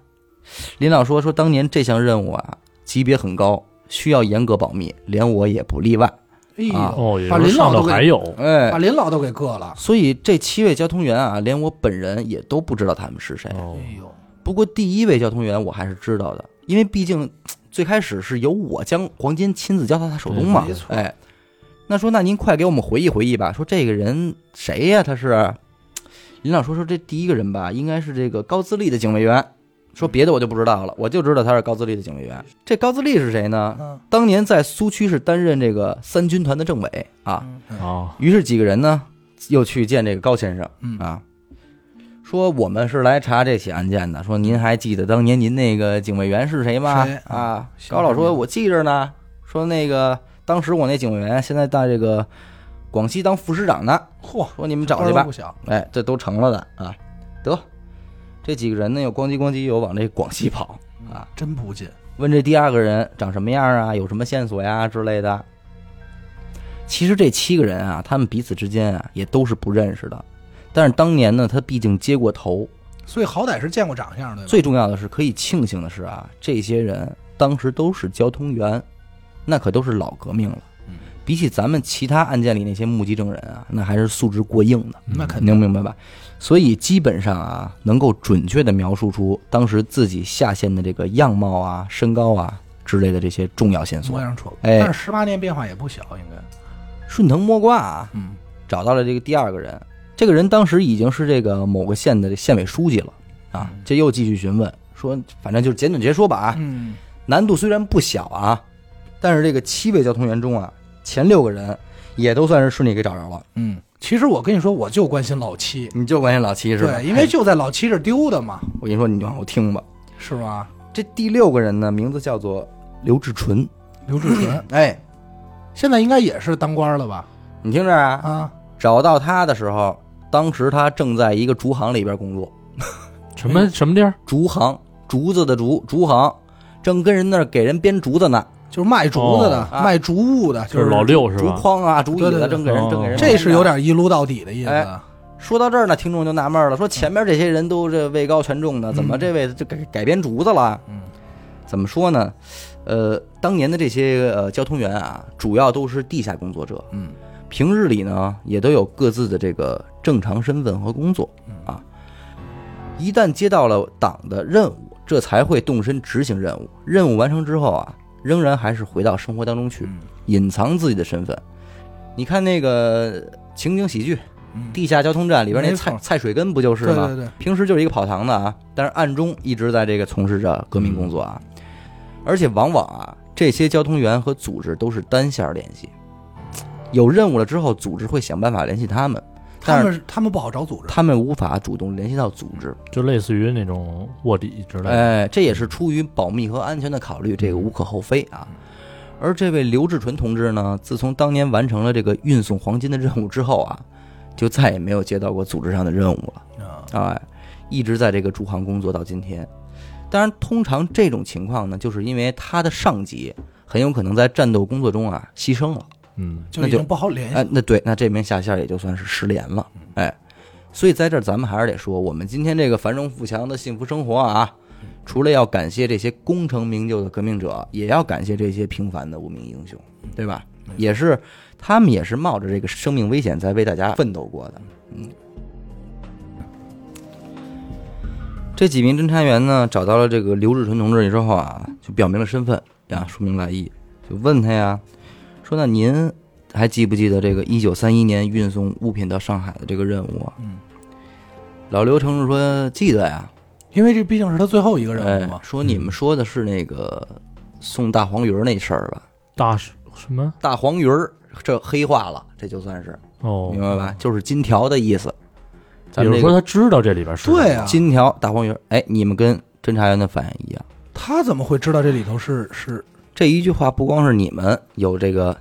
[SPEAKER 1] 林老说说当年这项任务啊，级别很高，需要严格保密，连我也不例外。
[SPEAKER 3] 哎呦，
[SPEAKER 1] 啊
[SPEAKER 4] 哦，也
[SPEAKER 3] 把
[SPEAKER 4] 就是
[SPEAKER 3] 林老
[SPEAKER 4] 上
[SPEAKER 3] 都
[SPEAKER 4] 头
[SPEAKER 3] 给
[SPEAKER 4] 还有，
[SPEAKER 1] 哎
[SPEAKER 3] 把，林老都给硌了。
[SPEAKER 1] 所以这七位交通员啊，连我本人也都不知道他们是谁。
[SPEAKER 4] 哦，
[SPEAKER 3] 哎呦，
[SPEAKER 1] 不过第一位交通员我还是知道的，因为毕竟最开始是由我将黄金亲自交到他手中嘛。
[SPEAKER 3] 对没错
[SPEAKER 1] 哎，那说那您快给我们回忆回忆吧，说这个人谁呀、他是林老说说这第一个人吧，应该是这个高自立的警卫员。说别的我就不知道了，我就知道他是高自立的警卫员。这高自立是谁呢？
[SPEAKER 3] 嗯
[SPEAKER 1] 当年在苏区是担任这个三军团的政委啊。
[SPEAKER 3] 嗯
[SPEAKER 4] 啊，
[SPEAKER 1] 于是几个人呢又去见这个高先生。
[SPEAKER 3] 嗯
[SPEAKER 1] 啊，说我们是来查这起案件的。说您还记得当年您那个警卫员是谁吗
[SPEAKER 3] 谁？啊
[SPEAKER 1] 啊，
[SPEAKER 3] 姓
[SPEAKER 1] 高老
[SPEAKER 3] 什么
[SPEAKER 1] 说我记着呢。说那个当时我那警卫员现在在这个广西当副师长呢。
[SPEAKER 3] 嗯嚯，
[SPEAKER 1] 说你们
[SPEAKER 3] 官
[SPEAKER 1] 找去
[SPEAKER 3] 儿都
[SPEAKER 1] 吧
[SPEAKER 3] 不。小，
[SPEAKER 1] 哎，这都成了的啊。得，这几个人呢又咣叽咣叽又往这广西跑啊。
[SPEAKER 3] 真不近。
[SPEAKER 1] 问这第二个人长什么样啊，有什么线索呀之类的。其实这七个人啊，他们彼此之间啊也都是不认识的，但是当年呢，他毕竟接过头，
[SPEAKER 3] 所以好歹是见过长相，对吧？
[SPEAKER 1] 最重要的是可以庆幸的是啊，这些人当时都是交通员，那可都是老革命了
[SPEAKER 3] 嗯。
[SPEAKER 1] 比起咱们其他案件里那些目击证人啊，那还是素质过硬的，
[SPEAKER 3] 那肯
[SPEAKER 1] 你能明白吧？所以基本上啊，能够准确的描述出当时自己下线的这个样貌啊、身高啊之类的这些重要线索
[SPEAKER 3] 模。样丑，
[SPEAKER 1] 哎
[SPEAKER 3] 嗯但是十八年变化也不小，应该。
[SPEAKER 1] 顺藤摸瓜啊，
[SPEAKER 3] 嗯，
[SPEAKER 1] 找到了这个第二个人。这个人当时已经是这个某个县的县委书记了啊
[SPEAKER 3] 嗯，
[SPEAKER 1] 这又继续询问说，反正就是简短截说吧啊。
[SPEAKER 3] 嗯，
[SPEAKER 1] 难度虽然不小啊，但是这个七位交通员中啊，前六个人也都算是顺利给找着了。
[SPEAKER 3] 嗯，其实我跟你说，我就关心老七，
[SPEAKER 1] 你就关心老七是吧？
[SPEAKER 3] 对，因为
[SPEAKER 1] 哎
[SPEAKER 3] 就在老七这丢的嘛，
[SPEAKER 1] 我跟你说，你往后听吧。
[SPEAKER 3] 是吧？
[SPEAKER 1] 这第六个人呢，名字叫做刘志纯。
[SPEAKER 3] 刘志纯
[SPEAKER 1] 哎，
[SPEAKER 3] 现在应该也是当官了吧？
[SPEAKER 1] 你听着啊，
[SPEAKER 3] 啊，
[SPEAKER 1] 找到他的时候，当时他正在一个竹行里边工作。
[SPEAKER 4] 什么什么地儿？
[SPEAKER 1] 竹行，竹子的竹，竹行，正跟人那儿给人编竹子呢，
[SPEAKER 3] 就是卖竹子的、
[SPEAKER 1] 哦啊
[SPEAKER 3] 卖竹物的，
[SPEAKER 4] 就是是老六是
[SPEAKER 1] 竹
[SPEAKER 4] 吧？
[SPEAKER 1] 筐啊，竹椅
[SPEAKER 3] 对对
[SPEAKER 1] 子，
[SPEAKER 3] 对
[SPEAKER 1] 正给人
[SPEAKER 4] 哦
[SPEAKER 1] 正给人。
[SPEAKER 3] 这是有。点一撸到底的意思。
[SPEAKER 1] 哎说到这儿呢，听众就纳闷了，说前面这些人都这位高权重的，怎么这位就改改编竹子了？
[SPEAKER 3] 嗯，
[SPEAKER 1] 怎么说呢？呃，当年的这些呃交通员啊，主要都是地下工作者，
[SPEAKER 3] 嗯，
[SPEAKER 1] 平日里呢也都有各自的这个正常身份和工作
[SPEAKER 3] 嗯
[SPEAKER 1] 啊。一旦接到了党的任务，这才会动身执行任务。任务完成之后啊，仍然还是回到生活当中去
[SPEAKER 3] 嗯，
[SPEAKER 1] 隐藏自己的身份。你看那个情景喜剧《
[SPEAKER 3] 嗯
[SPEAKER 1] 地下交通站》里边那
[SPEAKER 3] 没
[SPEAKER 1] 蔡
[SPEAKER 3] 错
[SPEAKER 1] 蔡水根不就是
[SPEAKER 3] 对
[SPEAKER 1] 吗？
[SPEAKER 3] 对对，
[SPEAKER 1] 平时就是一个跑堂的啊，但是暗中一直在这个从事着革命工作啊，而且往往啊，这些交通员和组织都是单线联系，有任务了之后，组织会想办法联系他们，
[SPEAKER 3] 他
[SPEAKER 1] 但是
[SPEAKER 3] 们他们不好找组织，
[SPEAKER 1] 他们无法主动联系到组织，
[SPEAKER 4] 就类似于那种卧底之类的。
[SPEAKER 1] 哎，这也是出于保密和安全的考虑，这个无可厚非啊。而这位刘志纯同志呢，自从当年完成了这个运送黄金的任务之后啊，就再也没有接到过组织上的任务了。
[SPEAKER 3] 啊，
[SPEAKER 1] 啊，一直在这个驻航工作到今天。当然，通常这种情况呢，就是因为他的上级很有可能在战斗工作中啊牺牲了，
[SPEAKER 4] 嗯，
[SPEAKER 3] 就已
[SPEAKER 1] 那就
[SPEAKER 3] 经不好联
[SPEAKER 1] 哎
[SPEAKER 3] 系。，
[SPEAKER 1] 那对，那这名下线也就算是失联了，哎，所以在这儿咱们还是得说，我们今天这个繁荣富强的幸福生活啊，除了要感谢这些功成名就的革命者，也要感谢这些平凡的无名英雄，对吧？也是，他们也是冒着这个生命危险在为大家奋斗过的。嗯，这几名侦查员呢，找到了这个刘志纯同志之后啊，就表明了身份呀，说明来意，就问他呀，说那您还记不记得这个一九三一年运送物品到上海的这个任务啊？
[SPEAKER 3] 嗯，
[SPEAKER 1] 老刘同志说记得呀，
[SPEAKER 3] 因为这毕竟是他最后一个任务
[SPEAKER 1] 哎
[SPEAKER 3] 嘛，。
[SPEAKER 1] 说你们说的是那个送大黄鱼儿那事儿吧？
[SPEAKER 4] 大什什么？
[SPEAKER 1] 大黄鱼儿这黑化了，这就算是
[SPEAKER 4] 哦
[SPEAKER 1] 明，白吧？就是金条的意思。
[SPEAKER 4] 也
[SPEAKER 1] 咱
[SPEAKER 4] 就
[SPEAKER 1] 们
[SPEAKER 4] 是
[SPEAKER 1] 这
[SPEAKER 4] 说
[SPEAKER 1] 个
[SPEAKER 4] 他知道这里边是什么
[SPEAKER 3] 对啊，
[SPEAKER 1] 金条大黄鱼儿，哎，你们跟侦查员的反应一样。
[SPEAKER 3] 他怎么会知道这里头是是？
[SPEAKER 1] 这一句话不光是你们有这个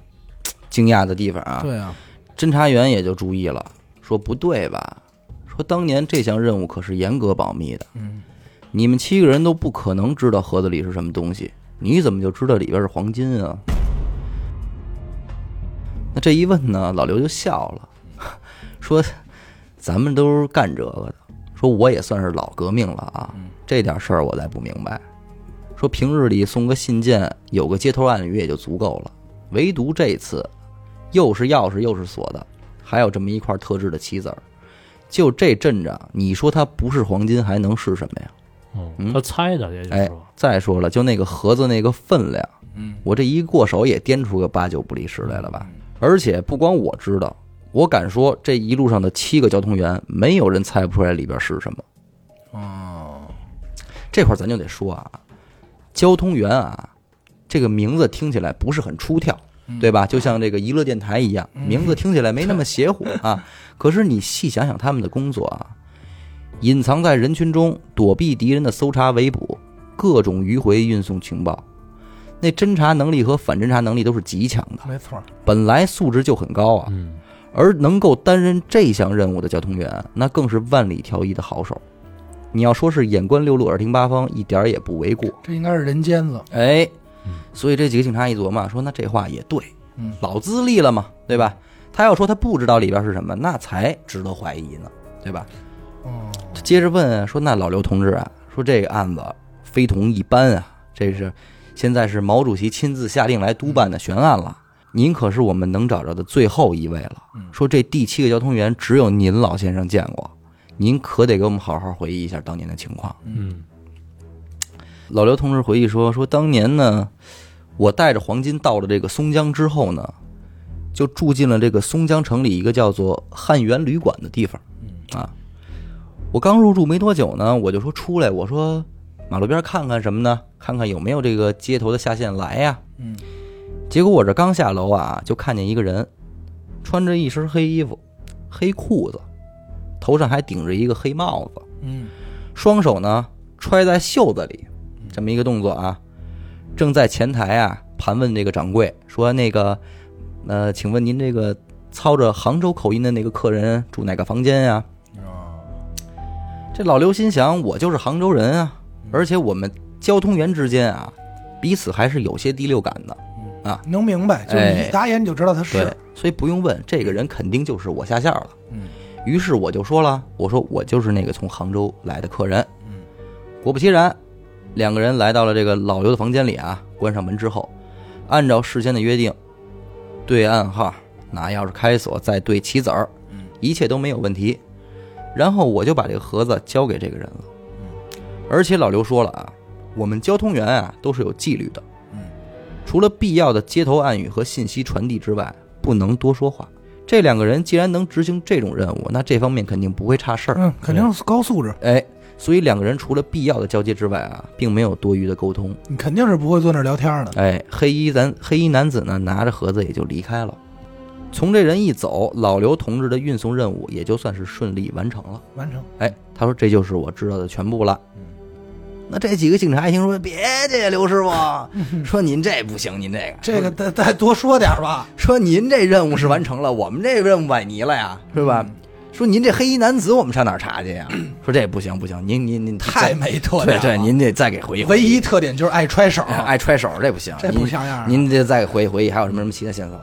[SPEAKER 1] 嘖惊讶的地方啊，
[SPEAKER 3] 对啊，
[SPEAKER 1] 侦查员也就注意了，说不对吧？说当年这项任务可是严格保密的，
[SPEAKER 3] 嗯，
[SPEAKER 1] 你们七个人都不可能知道盒子里是什么东西，你怎么就知道里边是黄金啊？ 那这一问呢，老刘就笑了， 说：“咱们都是干这个的，说我也算是老革命了啊，这点事儿我才不明白。说平日里送个信件，有个街头暗语也就足够了，唯独这次，又是钥匙又是锁的，还有这么一块特制的棋子儿，就这阵仗，你说它不是黄金还能是什么呀？”
[SPEAKER 4] 哦
[SPEAKER 1] 嗯
[SPEAKER 4] 他猜的，也就是
[SPEAKER 1] 哎
[SPEAKER 4] 说，
[SPEAKER 1] 再说了，就那个盒子那个分量，
[SPEAKER 3] 嗯，
[SPEAKER 1] 我这一过手也掂出个八九不离十来了吧？而且不光我知道，我敢说这一路上的七个交通员，没有人猜不出来里边是什么。
[SPEAKER 3] 哦，
[SPEAKER 1] 这块儿咱就得说啊，交通员啊，这个名字听起来不是很出挑，对吧？就像这个娱乐电台一样，名字听起来没那么邪乎啊。可是你细想想他们的工作啊，隐藏在人群中，躲避敌人的搜查围捕，各种迂回运送情报，那侦查能力和反侦查能力都是极强的，
[SPEAKER 3] 没错，
[SPEAKER 1] 本来素质就很高啊。
[SPEAKER 4] 嗯，
[SPEAKER 1] 而能够担任这项任务的交通员，那更是万里挑一的好手。你要说是眼观六路，耳听八方，一点儿也不为过。
[SPEAKER 3] 这应该是人尖子。
[SPEAKER 1] 哎
[SPEAKER 4] 嗯，
[SPEAKER 1] 所以这几个警察一琢磨，说那这话也对，
[SPEAKER 3] 嗯
[SPEAKER 1] 老资历了嘛，对吧？他要说他不知道里边是什么，那才值得怀疑呢，对吧？
[SPEAKER 3] 哦，
[SPEAKER 1] 接着问啊说：“那老刘同志啊，说这个案子非同一般啊，这是现在是毛主席亲自下令来督办的悬案了，您可是我们能找着的最后一位了。说这第七个交通员只有您老先生见过，您可得给我们好好回忆一下当年的情况。”
[SPEAKER 4] 嗯，
[SPEAKER 1] 老刘同志回忆说：“说当年呢，我带着黄金到了这个松江之后呢，就住进了这个松江城里一个叫做汉源旅馆的地方。啊，我刚入住没多久呢，我就说出来，我说马路边看看什么呢？看看有没有这个街头的下线来呀。
[SPEAKER 3] 嗯，
[SPEAKER 1] 结果我这刚下楼啊，就看见一个人，穿着一身黑衣服、黑裤子，头上还顶着一个黑帽子。”
[SPEAKER 3] 嗯，
[SPEAKER 1] 双手呢揣在袖子里，这么一个动作啊，正在前台啊盘问这个掌柜说那个，呃，请问您这个
[SPEAKER 3] 啊
[SPEAKER 1] 操着杭州口音的那个客人住哪个房间呀、
[SPEAKER 3] 哦，
[SPEAKER 1] 啊这老刘心想，我就是杭州人啊，而且我们交通员之间啊，彼此还是有些第六感的。
[SPEAKER 3] 能明白，就是
[SPEAKER 1] 哎
[SPEAKER 3] 一打眼你就知道他
[SPEAKER 1] 对
[SPEAKER 3] 是，，
[SPEAKER 1] 所以不用问，这个人肯定就是我下线了。
[SPEAKER 3] 嗯
[SPEAKER 1] 于是我就说了，我说我就是那个从杭州来的客人。
[SPEAKER 3] 嗯，
[SPEAKER 1] 果不其然，两个人来到了这个老刘的房间里啊，关上门之后，按照事先的约定，对暗号，拿钥匙开锁，再对棋子儿
[SPEAKER 3] 嗯，
[SPEAKER 1] 一切都没有问题。然后我就把这个盒子交给这个人了。
[SPEAKER 3] 嗯
[SPEAKER 1] 而且老刘说了啊，我们交通员啊都是有纪律的，
[SPEAKER 3] 嗯
[SPEAKER 1] 除了必要的街头暗语和信息传递之外，不能多说话。这两个人既然能执行这种任务，那这方面肯定不会差事儿。
[SPEAKER 3] 嗯，肯定是高素质，
[SPEAKER 1] 哎，所以两个人除了必要的交接之外啊，并没有多余的沟通。
[SPEAKER 3] 你肯定是不会坐那儿聊天的。
[SPEAKER 1] 哎，黑衣男黑衣男子呢，拿着盒子也就离开了。从这人一走，老刘同志的运送任务也就算是顺利完成了。
[SPEAKER 3] 完成，
[SPEAKER 1] 哎，他说这就是我知道的全部了。嗯那这几个警察一听说，别介，刘师傅，说您这不行，您这个
[SPEAKER 3] 嗯这个再再多说点 儿吧，
[SPEAKER 1] 说您这任务是完成了，我们这任务崴泥了呀，是吧？
[SPEAKER 3] 嗯
[SPEAKER 1] 说您这黑衣男子，我们上哪儿查去呀？ 说这不行不行，您您您
[SPEAKER 3] 太
[SPEAKER 1] 再
[SPEAKER 3] 没特点
[SPEAKER 1] 对
[SPEAKER 3] 了。啊
[SPEAKER 1] 对，您得再给回一回
[SPEAKER 3] 唯一特点就是爱揣手，
[SPEAKER 1] 哎 爱揣手这不行，
[SPEAKER 3] 这不像样儿。啊
[SPEAKER 1] 您，您得再给回忆回忆，还有什么什么其他线索？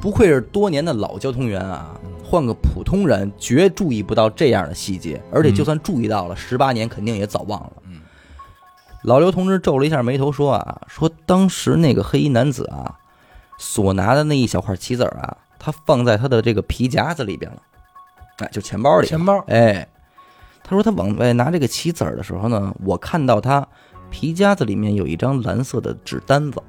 [SPEAKER 1] 不愧是多年的老交通员啊，换个普通人绝注意不到这样的细节，而且就算注意到了，十八年肯定也早忘了。
[SPEAKER 3] 嗯
[SPEAKER 1] 老刘同志皱了一下眉头，说：“啊，说当时那个黑衣男子啊，所拿的那一小块棋子儿啊，他放在他的这个皮夹子里边了，哎，就钱包里。
[SPEAKER 3] 钱包
[SPEAKER 1] 哎，他说他往外拿这个棋子儿的时候呢，我看到他皮夹子里面有一张蓝色的纸单子，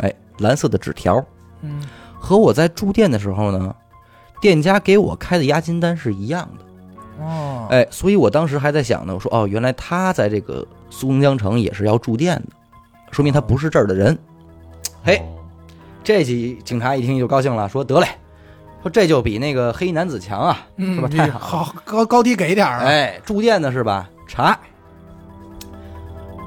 [SPEAKER 1] 哎，蓝色的纸条，
[SPEAKER 3] 嗯，
[SPEAKER 1] 和我在住店的时候呢，店家给我开的押金单是一样的。
[SPEAKER 3] 哦，
[SPEAKER 1] 哎，所以我当时还在想呢，我说哦，原来他在这个苏东江城也是要住店的，说明他不是这儿的人。嘿，
[SPEAKER 4] 哦
[SPEAKER 1] 这几警察一听就高兴了，说得嘞，说这就比那个黑衣男子强啊，
[SPEAKER 3] 嗯，
[SPEAKER 1] 是吧？
[SPEAKER 3] 你
[SPEAKER 1] 太好了。
[SPEAKER 3] 好，高高低给点儿啊。
[SPEAKER 1] 哎，住店的是吧？查，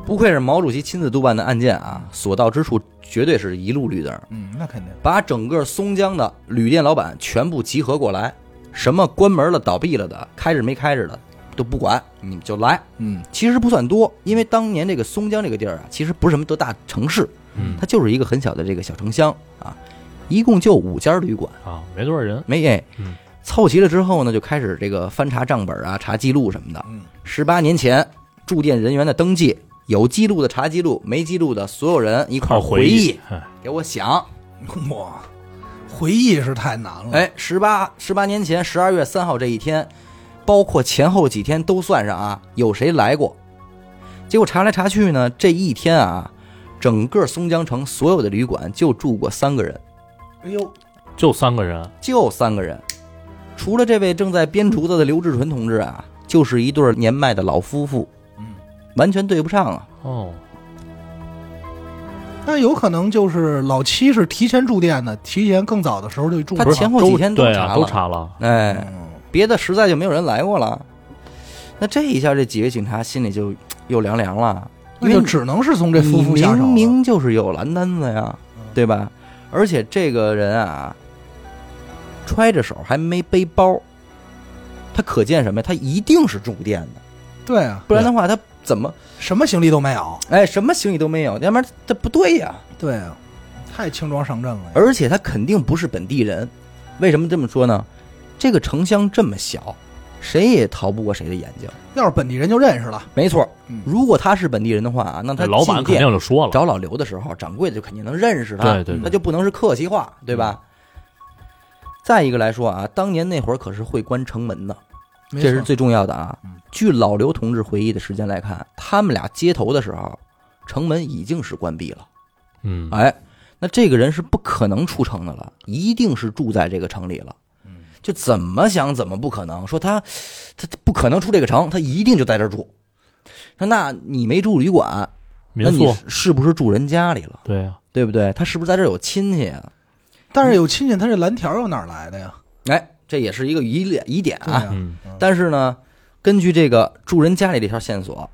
[SPEAKER 1] 不愧是毛主席亲自督办的案件啊，所到之处绝对是一路绿灯，
[SPEAKER 3] 嗯，那肯定。
[SPEAKER 1] 把整个松江的旅店老板全部集合过来，什么关门了、倒闭了的、开着没开着的都不管，你们就来。
[SPEAKER 3] 嗯，
[SPEAKER 1] 其实不算多，因为当年这个松江这个地儿啊，其实不是什么多大城市，
[SPEAKER 4] 嗯
[SPEAKER 1] 它就是一个很小的这个小城乡啊，一共就五家旅馆。
[SPEAKER 4] 啊，没多少人，
[SPEAKER 1] 没哎
[SPEAKER 4] 嗯，
[SPEAKER 1] 凑齐了之后呢，就开始这个翻查账本啊、查记录什么的
[SPEAKER 3] 嗯。
[SPEAKER 1] 十八年前住店人员的登记，有记录的查记录，没记录的所有人一块儿
[SPEAKER 4] 靠
[SPEAKER 1] 回
[SPEAKER 4] 忆哎
[SPEAKER 1] 忆，，给我想。
[SPEAKER 3] 哇，回忆是太难了。，
[SPEAKER 1] 哎，十八十八年前十二月三号这一天，包括前后几天都算上啊，有谁来过？结果查来查去呢，这一天啊，整个松江城所有的旅馆就住过三个人。
[SPEAKER 3] 哎呦，
[SPEAKER 4] 就三个人，
[SPEAKER 1] 就三个人，除了这位正在编竹子的刘志纯同志啊，就是一对儿年迈的老夫妇，
[SPEAKER 3] 嗯，
[SPEAKER 1] 完全对不上啊。
[SPEAKER 4] 哦，
[SPEAKER 3] 那有可能就是老七是提前住店的，提前更早的时候就住
[SPEAKER 1] 他
[SPEAKER 3] 了。
[SPEAKER 1] 前后几天
[SPEAKER 4] 都对
[SPEAKER 1] 查
[SPEAKER 4] 啊，
[SPEAKER 1] 了，
[SPEAKER 4] 都查了，
[SPEAKER 1] 哎，
[SPEAKER 3] 嗯，
[SPEAKER 1] 别的实在就没有人来过了。那这一下，这几位警察心里就又凉凉了，因
[SPEAKER 3] 那
[SPEAKER 1] 为
[SPEAKER 3] 就
[SPEAKER 1] 你
[SPEAKER 3] 只能是从这夫妇
[SPEAKER 1] 你
[SPEAKER 3] 下手了。
[SPEAKER 1] 明明就是有蓝单子呀，
[SPEAKER 3] 嗯
[SPEAKER 1] 对吧？而且这个人啊，揣着手还没背包，他可见什么呀？他一定是住店的，
[SPEAKER 3] 对啊，
[SPEAKER 1] 不然的话他怎么？
[SPEAKER 3] 什么行李都没有。
[SPEAKER 1] 哎，什么行李都没有，要不然这不对呀、
[SPEAKER 3] 对啊，太轻装上阵了呀。
[SPEAKER 1] 而且他肯定不是本地人，为什么这么说呢？这个城乡这么小，谁也逃不过谁的眼睛。
[SPEAKER 3] 要是本地人就认识了。
[SPEAKER 1] 没错
[SPEAKER 3] 嗯，
[SPEAKER 1] 如果他是本地人的话啊，那他
[SPEAKER 4] 老
[SPEAKER 1] 进
[SPEAKER 4] 板肯定
[SPEAKER 1] 店
[SPEAKER 4] 就说了，
[SPEAKER 1] 找老刘的时候，掌柜的就肯定能认识他，
[SPEAKER 4] 对对嗯
[SPEAKER 1] 他
[SPEAKER 4] 对，
[SPEAKER 1] 就不能是客气话，对吧？再一个来说啊，当年那会儿可是会关城门的，
[SPEAKER 3] 没
[SPEAKER 1] 这是
[SPEAKER 3] 错
[SPEAKER 1] 最重要的啊
[SPEAKER 3] 嗯。
[SPEAKER 1] 据老刘同志回忆的时间来看，他们俩接头的时候，城门已经是关闭了。
[SPEAKER 4] 嗯，
[SPEAKER 1] 哎，那这个人是不可能出城的了，一定是住在这个城里了。
[SPEAKER 4] 嗯
[SPEAKER 1] 就怎么想怎么不可能，说他他他不可能出这个城，他一定就在这儿住。那那你没住旅馆，
[SPEAKER 4] 民
[SPEAKER 1] 那你
[SPEAKER 4] 宿，
[SPEAKER 1] 是是不是住人家里了？
[SPEAKER 4] 对啊呀，
[SPEAKER 1] 对不对？他是不是在这儿有亲戚啊？
[SPEAKER 3] 但是有亲戚，他这蓝条又哪儿来的呀？
[SPEAKER 1] 哎，这也是一个疑点疑点
[SPEAKER 3] 对
[SPEAKER 1] 啊。
[SPEAKER 3] 呀，
[SPEAKER 4] 嗯，
[SPEAKER 1] 但是呢，根据这个住人家里这条线索，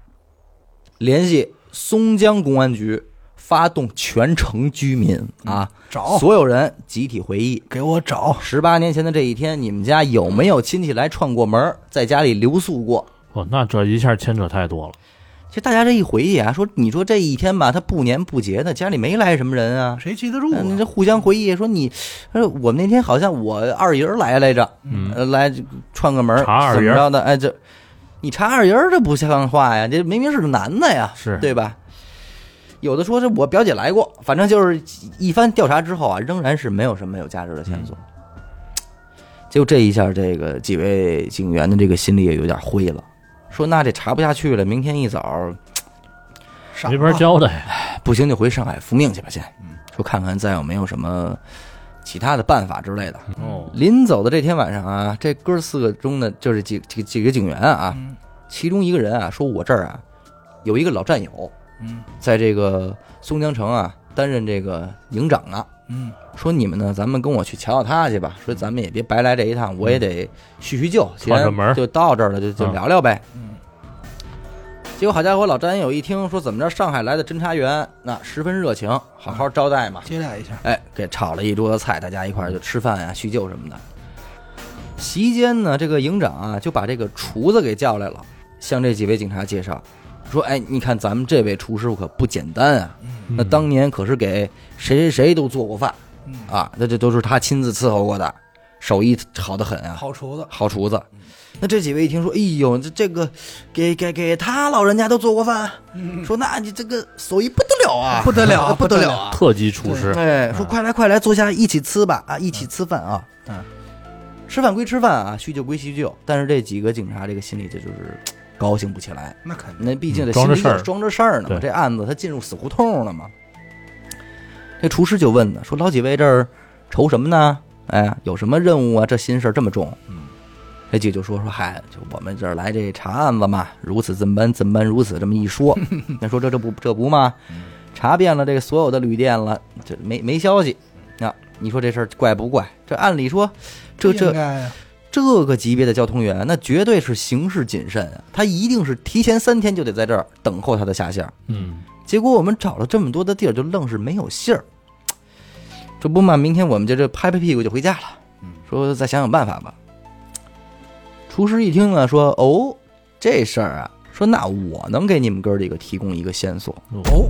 [SPEAKER 1] 联系松江公安局发动全城居民啊，
[SPEAKER 4] 嗯
[SPEAKER 3] 找
[SPEAKER 1] 所有人集体回忆。
[SPEAKER 3] 给我找，
[SPEAKER 1] 十八年前的这一天，你们家有没有亲戚来串过门儿，在家里留宿过？
[SPEAKER 4] 哦，那这一下牵扯太多了。
[SPEAKER 1] 其实大家这一回忆啊，说你说这一天吧，他不年不节的，家里没来什么人啊。
[SPEAKER 3] 谁记得住啊？
[SPEAKER 1] 嗯，这互相回忆说你，呃，我们那天好像我二姨儿来来着，
[SPEAKER 4] 嗯，
[SPEAKER 1] 呃，来串个门儿，
[SPEAKER 4] 查二
[SPEAKER 1] 怎
[SPEAKER 4] 姨
[SPEAKER 1] 么
[SPEAKER 4] 儿
[SPEAKER 1] 着的？哎，这你查二姨儿这不像话呀，这明明是个男的呀，
[SPEAKER 4] 是
[SPEAKER 1] 对吧？有的说是我表姐来过，反正就是一番调查之后啊，仍然是没有什么有价值的
[SPEAKER 4] 嗯
[SPEAKER 1] 线索。结果这一下，这个几位警员的这个心里也有点灰了，说那这查不下去了，明天一早
[SPEAKER 3] 傻
[SPEAKER 4] 没法
[SPEAKER 1] 啊
[SPEAKER 3] 吧
[SPEAKER 4] 交代。
[SPEAKER 1] 不行就回上海复命去吧，先
[SPEAKER 3] 嗯
[SPEAKER 1] 说看看再有没有什么其他的办法之类的。
[SPEAKER 4] 哦，
[SPEAKER 1] 临走的这天晚上啊，这哥四个中的就是几几几个警员啊，
[SPEAKER 3] 嗯
[SPEAKER 1] 其中一个人啊说：“我这儿啊有一个老战友，
[SPEAKER 3] 嗯
[SPEAKER 1] 在这个松江城啊担任这个营长啊呢、
[SPEAKER 3] 嗯，
[SPEAKER 1] 说你们呢，咱们跟我去瞧瞧他去
[SPEAKER 4] 嗯
[SPEAKER 1] 吧。说咱们也别白来这一趟，我也得叙叙旧，既
[SPEAKER 4] 串
[SPEAKER 1] 然
[SPEAKER 4] 串嗯门儿
[SPEAKER 1] 就到这儿了，就就
[SPEAKER 4] 嗯
[SPEAKER 1] 聊聊呗。
[SPEAKER 3] 嗯
[SPEAKER 1] 结果好家伙，老战友一听说怎么着，上海来的侦查员那十分热情，好
[SPEAKER 4] 嗯
[SPEAKER 1] 好招待嘛。
[SPEAKER 3] 接待一下，
[SPEAKER 1] 哎，给炒了一桌子菜，大家一块儿就吃饭呀、叙旧什么的。席间呢，这个营长啊就把这个厨子给叫来了，向这几位警察介绍，说：“哎，你看咱们这位厨师傅可不简单啊，
[SPEAKER 3] 嗯
[SPEAKER 1] 那当年可是给谁谁谁都做过饭
[SPEAKER 3] 嗯，
[SPEAKER 1] 啊，那这都是他亲自伺候过的，手艺好得很啊，
[SPEAKER 3] 好厨子，
[SPEAKER 1] 好厨子。”
[SPEAKER 3] 嗯
[SPEAKER 1] 那这几位一听说，哎呦，这这个给给给他老人家都做过饭，
[SPEAKER 3] 嗯
[SPEAKER 1] 说那你这个手艺不得了啊，
[SPEAKER 3] 不 得了
[SPEAKER 1] 不得了啊，
[SPEAKER 4] 特级厨师，
[SPEAKER 1] 哎，
[SPEAKER 4] 嗯
[SPEAKER 1] 说快来快来，坐下一起吃吧啊，一起吃饭啊。
[SPEAKER 3] 嗯，
[SPEAKER 1] 吃饭归吃饭啊，叙旧归叙旧，但是这几个警察这个心里这就是嘖高兴不起来。
[SPEAKER 3] 那肯定
[SPEAKER 1] 那毕竟这
[SPEAKER 4] 嗯装着
[SPEAKER 1] 心里有
[SPEAKER 4] 事儿
[SPEAKER 1] 装着事儿呢嘛，这
[SPEAKER 4] 对
[SPEAKER 1] 案子他进入死胡同了嘛。这厨师就问呢，说老几位这儿愁什么呢？哎呀，有什么任务啊？这心事儿这么重。嗯，这几个就说说，嗨，就我们这儿来这查案子嘛，如此这么般，这么般，如此这么一 说，那说这这不这不嘛，
[SPEAKER 4] 嗯
[SPEAKER 1] 查遍了这个所有的旅店了，这没没消息。啊，你说这事儿怪不怪？这按理说，这
[SPEAKER 3] 应
[SPEAKER 1] 这
[SPEAKER 3] 该啊
[SPEAKER 1] 这个级别的交通员，那绝对是行事谨慎啊，他一定是提前三天就得在这儿等候他的下线。
[SPEAKER 4] 嗯，
[SPEAKER 1] 结果我们找了这么多的地儿，就愣是没有信儿。这不嘛，明天我们就这拍拍屁股就回家了。说再想想办法吧。厨师一听呢，说：“哦，这事儿啊，说那我能给你们哥几个提供一个线索。
[SPEAKER 3] 哦，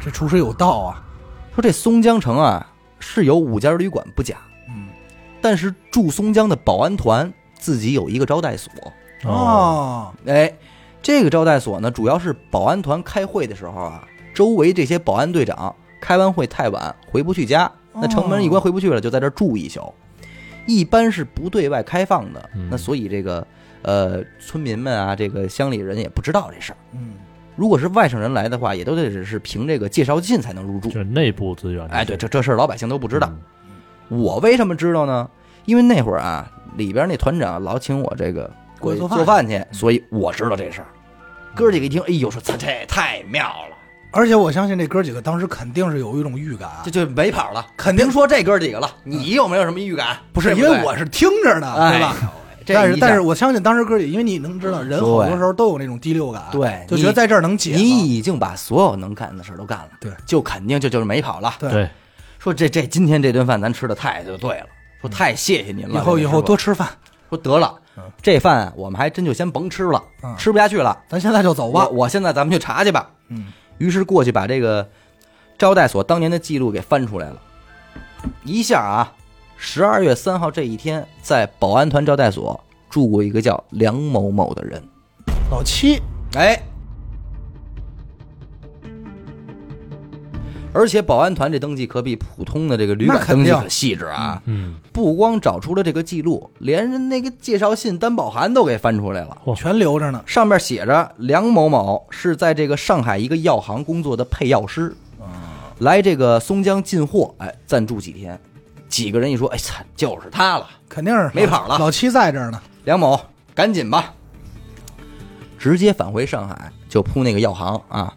[SPEAKER 3] 这厨师有道啊，
[SPEAKER 1] 说这松江城啊是有五家旅馆不假，
[SPEAKER 3] 嗯
[SPEAKER 1] 但是驻松江的保安团自己有一个招待所。
[SPEAKER 4] 哦，
[SPEAKER 1] 哎，这个招待所呢，主要是保安团开会的时候啊，周围这些保安队长开完会太晚回不去家，那城门一
[SPEAKER 4] 哦
[SPEAKER 1] 关回不去了，就在这儿住一宿。一般是不对外开放的，
[SPEAKER 4] 嗯
[SPEAKER 1] 那所以这个呃村民们啊，这个乡里人也不知道这事儿。
[SPEAKER 3] 嗯，
[SPEAKER 1] 如果是外省人来的话，也都得是凭这个介绍信才能入住。
[SPEAKER 4] 就是内部资源。
[SPEAKER 1] 哎，对，这这事儿老百姓都不知道。
[SPEAKER 4] 嗯，
[SPEAKER 1] 我为什么知道呢？因为那会儿啊，里边那团长老请我这个
[SPEAKER 3] 过去
[SPEAKER 1] 做
[SPEAKER 3] 做饭嗯
[SPEAKER 1] 饭去，所以我知道这事儿。哥几个一听，哎呦，说操，这也太妙了，
[SPEAKER 3] 而且我相信这哥几个当时肯定是有一种预感啊
[SPEAKER 1] 这，就没跑了，
[SPEAKER 3] 肯
[SPEAKER 1] 定说这哥几个了。你有没有什么预感？
[SPEAKER 3] 嗯不是
[SPEAKER 1] 对
[SPEAKER 3] 因
[SPEAKER 1] 对
[SPEAKER 3] 为我是听着的，
[SPEAKER 1] 哎
[SPEAKER 3] 对吧？
[SPEAKER 1] 这
[SPEAKER 3] 但
[SPEAKER 1] 一
[SPEAKER 3] 是
[SPEAKER 1] 下
[SPEAKER 3] 但是我相信当时哥几，因为你能知道，人好多
[SPEAKER 1] 对
[SPEAKER 3] 时候都有那种第六感，
[SPEAKER 1] 对
[SPEAKER 3] 就觉得
[SPEAKER 1] 你
[SPEAKER 3] 在这儿能解
[SPEAKER 1] 你
[SPEAKER 3] 放，
[SPEAKER 1] 已经把所有能干的事儿都干了，
[SPEAKER 3] 对，
[SPEAKER 1] 就肯定就就是没跑了。
[SPEAKER 3] 对
[SPEAKER 4] 对，
[SPEAKER 1] 说这这今天这顿饭咱吃的太就对了，说太谢谢您了。
[SPEAKER 3] 嗯以后
[SPEAKER 1] 这位
[SPEAKER 3] 以后
[SPEAKER 1] 师傅
[SPEAKER 3] 多吃饭，
[SPEAKER 1] 说得了
[SPEAKER 3] 嗯，
[SPEAKER 1] 这饭我们还真就先甭吃了，
[SPEAKER 3] 嗯
[SPEAKER 1] 吃不下去了。
[SPEAKER 3] 咱现在就走吧
[SPEAKER 1] 我，我现在咱们去查去吧。
[SPEAKER 3] 嗯，
[SPEAKER 1] 于是过去把这个招待所当年的记录给翻出来了，一下啊，十二月三号这一天，在保安团招待所住过一个叫梁某某的人。
[SPEAKER 3] 老哎七，
[SPEAKER 1] 哎，而且保安团这登记可比普通的这个旅
[SPEAKER 3] 那
[SPEAKER 1] 馆
[SPEAKER 3] 肯
[SPEAKER 1] 登记
[SPEAKER 3] 定
[SPEAKER 1] 很细致啊，
[SPEAKER 4] 嗯，
[SPEAKER 1] 不光找出了这个记录，连人那个介绍信、担保函都给翻出来了。
[SPEAKER 3] 全留着呢。
[SPEAKER 1] 上面写着梁某某是在这个上海一个药行工作的配药师，来这个松江进货，哎，暂住几天。几个人一说，哎操，就是他了，
[SPEAKER 3] 肯定是
[SPEAKER 1] 没跑了
[SPEAKER 3] 老七在这儿呢，
[SPEAKER 1] 梁某，赶紧吧，直接返回上海就扑那个药行啊。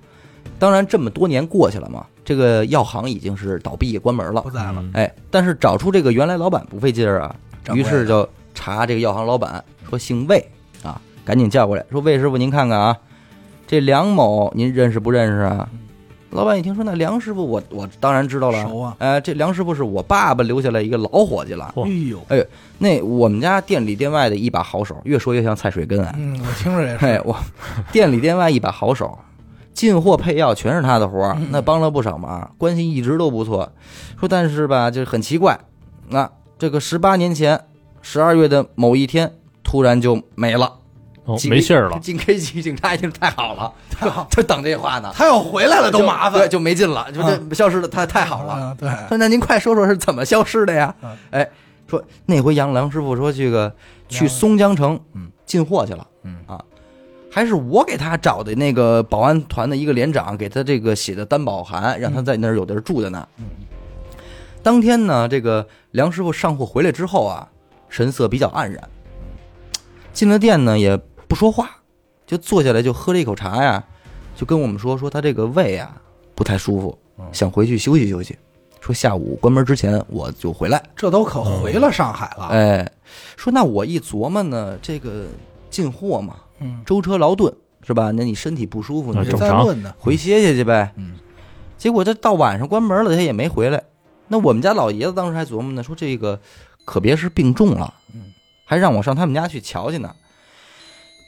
[SPEAKER 1] 当然，这么多年过去了嘛，这个药行已经是倒闭关门了
[SPEAKER 3] 不，在了。
[SPEAKER 4] 嗯
[SPEAKER 1] 哎，但是找出这个原来老板不费劲儿啊，
[SPEAKER 3] 掌柜
[SPEAKER 1] 于
[SPEAKER 3] 的
[SPEAKER 1] 是就查这个药行老板，说姓魏啊，赶紧叫过来，说魏师傅您看看啊，这梁某您认识不认识啊？老板一听说那梁师傅我，我当然知道了，
[SPEAKER 3] 熟啊
[SPEAKER 1] 哎，这梁师傅是我爸爸留下来一个老伙计了，
[SPEAKER 4] 嚯
[SPEAKER 3] 哎呦，
[SPEAKER 1] 那我们家店里店外的一把好手，越说越像蔡水根啊，
[SPEAKER 3] 嗯，我听着也
[SPEAKER 1] 哎
[SPEAKER 3] 是，，
[SPEAKER 1] 我店里店外一把好手，进货配药全是他的活儿，
[SPEAKER 3] 嗯
[SPEAKER 1] 那帮了不少忙，关系一直都不错。说但是吧，就是很奇怪，那、这个十八年前十二月的某一天，突然就没了，
[SPEAKER 4] 哦
[SPEAKER 1] 警
[SPEAKER 4] 没信儿了，
[SPEAKER 1] 进 K 级警察已经太好 了，
[SPEAKER 3] 太好
[SPEAKER 1] 就等这话呢，
[SPEAKER 3] 他要回来了哦都
[SPEAKER 1] 就
[SPEAKER 3] 麻
[SPEAKER 1] 对，
[SPEAKER 3] 烦，嗯
[SPEAKER 1] 就没劲了，就这消失的太太好了。
[SPEAKER 3] 啊，对，
[SPEAKER 1] 说那您快说说是怎么消失的呀
[SPEAKER 3] 嗯？
[SPEAKER 1] 哎，说那回杨梁师傅说这个去松江城
[SPEAKER 2] 嗯
[SPEAKER 1] 进货去了，
[SPEAKER 2] 嗯
[SPEAKER 1] 啊，还是我给他找的那个保安团的一个连长给他这个写的担保函，让他在那儿有地儿住的呢。
[SPEAKER 2] 嗯
[SPEAKER 1] 当天呢，这个梁师傅上货回来之后啊，神色比较黯然，进了店呢也不说话，就坐下来就喝了一口茶呀，就跟我们说说他这个胃啊不太舒服，
[SPEAKER 2] 嗯
[SPEAKER 1] 想回去休息休息。说下午关门之前我就回来。
[SPEAKER 3] 这都可回了上海了。
[SPEAKER 1] 哎，说那我一琢磨呢，这个进货嘛，
[SPEAKER 3] 嗯，
[SPEAKER 1] 舟车劳顿是吧？那你身体不舒服，
[SPEAKER 4] 那
[SPEAKER 1] 你
[SPEAKER 3] 也
[SPEAKER 1] 就
[SPEAKER 4] 啊正
[SPEAKER 3] 在
[SPEAKER 4] 常
[SPEAKER 3] 问呢，
[SPEAKER 1] 回歇歇去呗。
[SPEAKER 2] 嗯，
[SPEAKER 1] 结果这到晚上关门了，他也没回来。那我们家老爷子当时还琢磨呢，说这个可别是病重了，嗯，还让我上他们家去瞧瞧呢。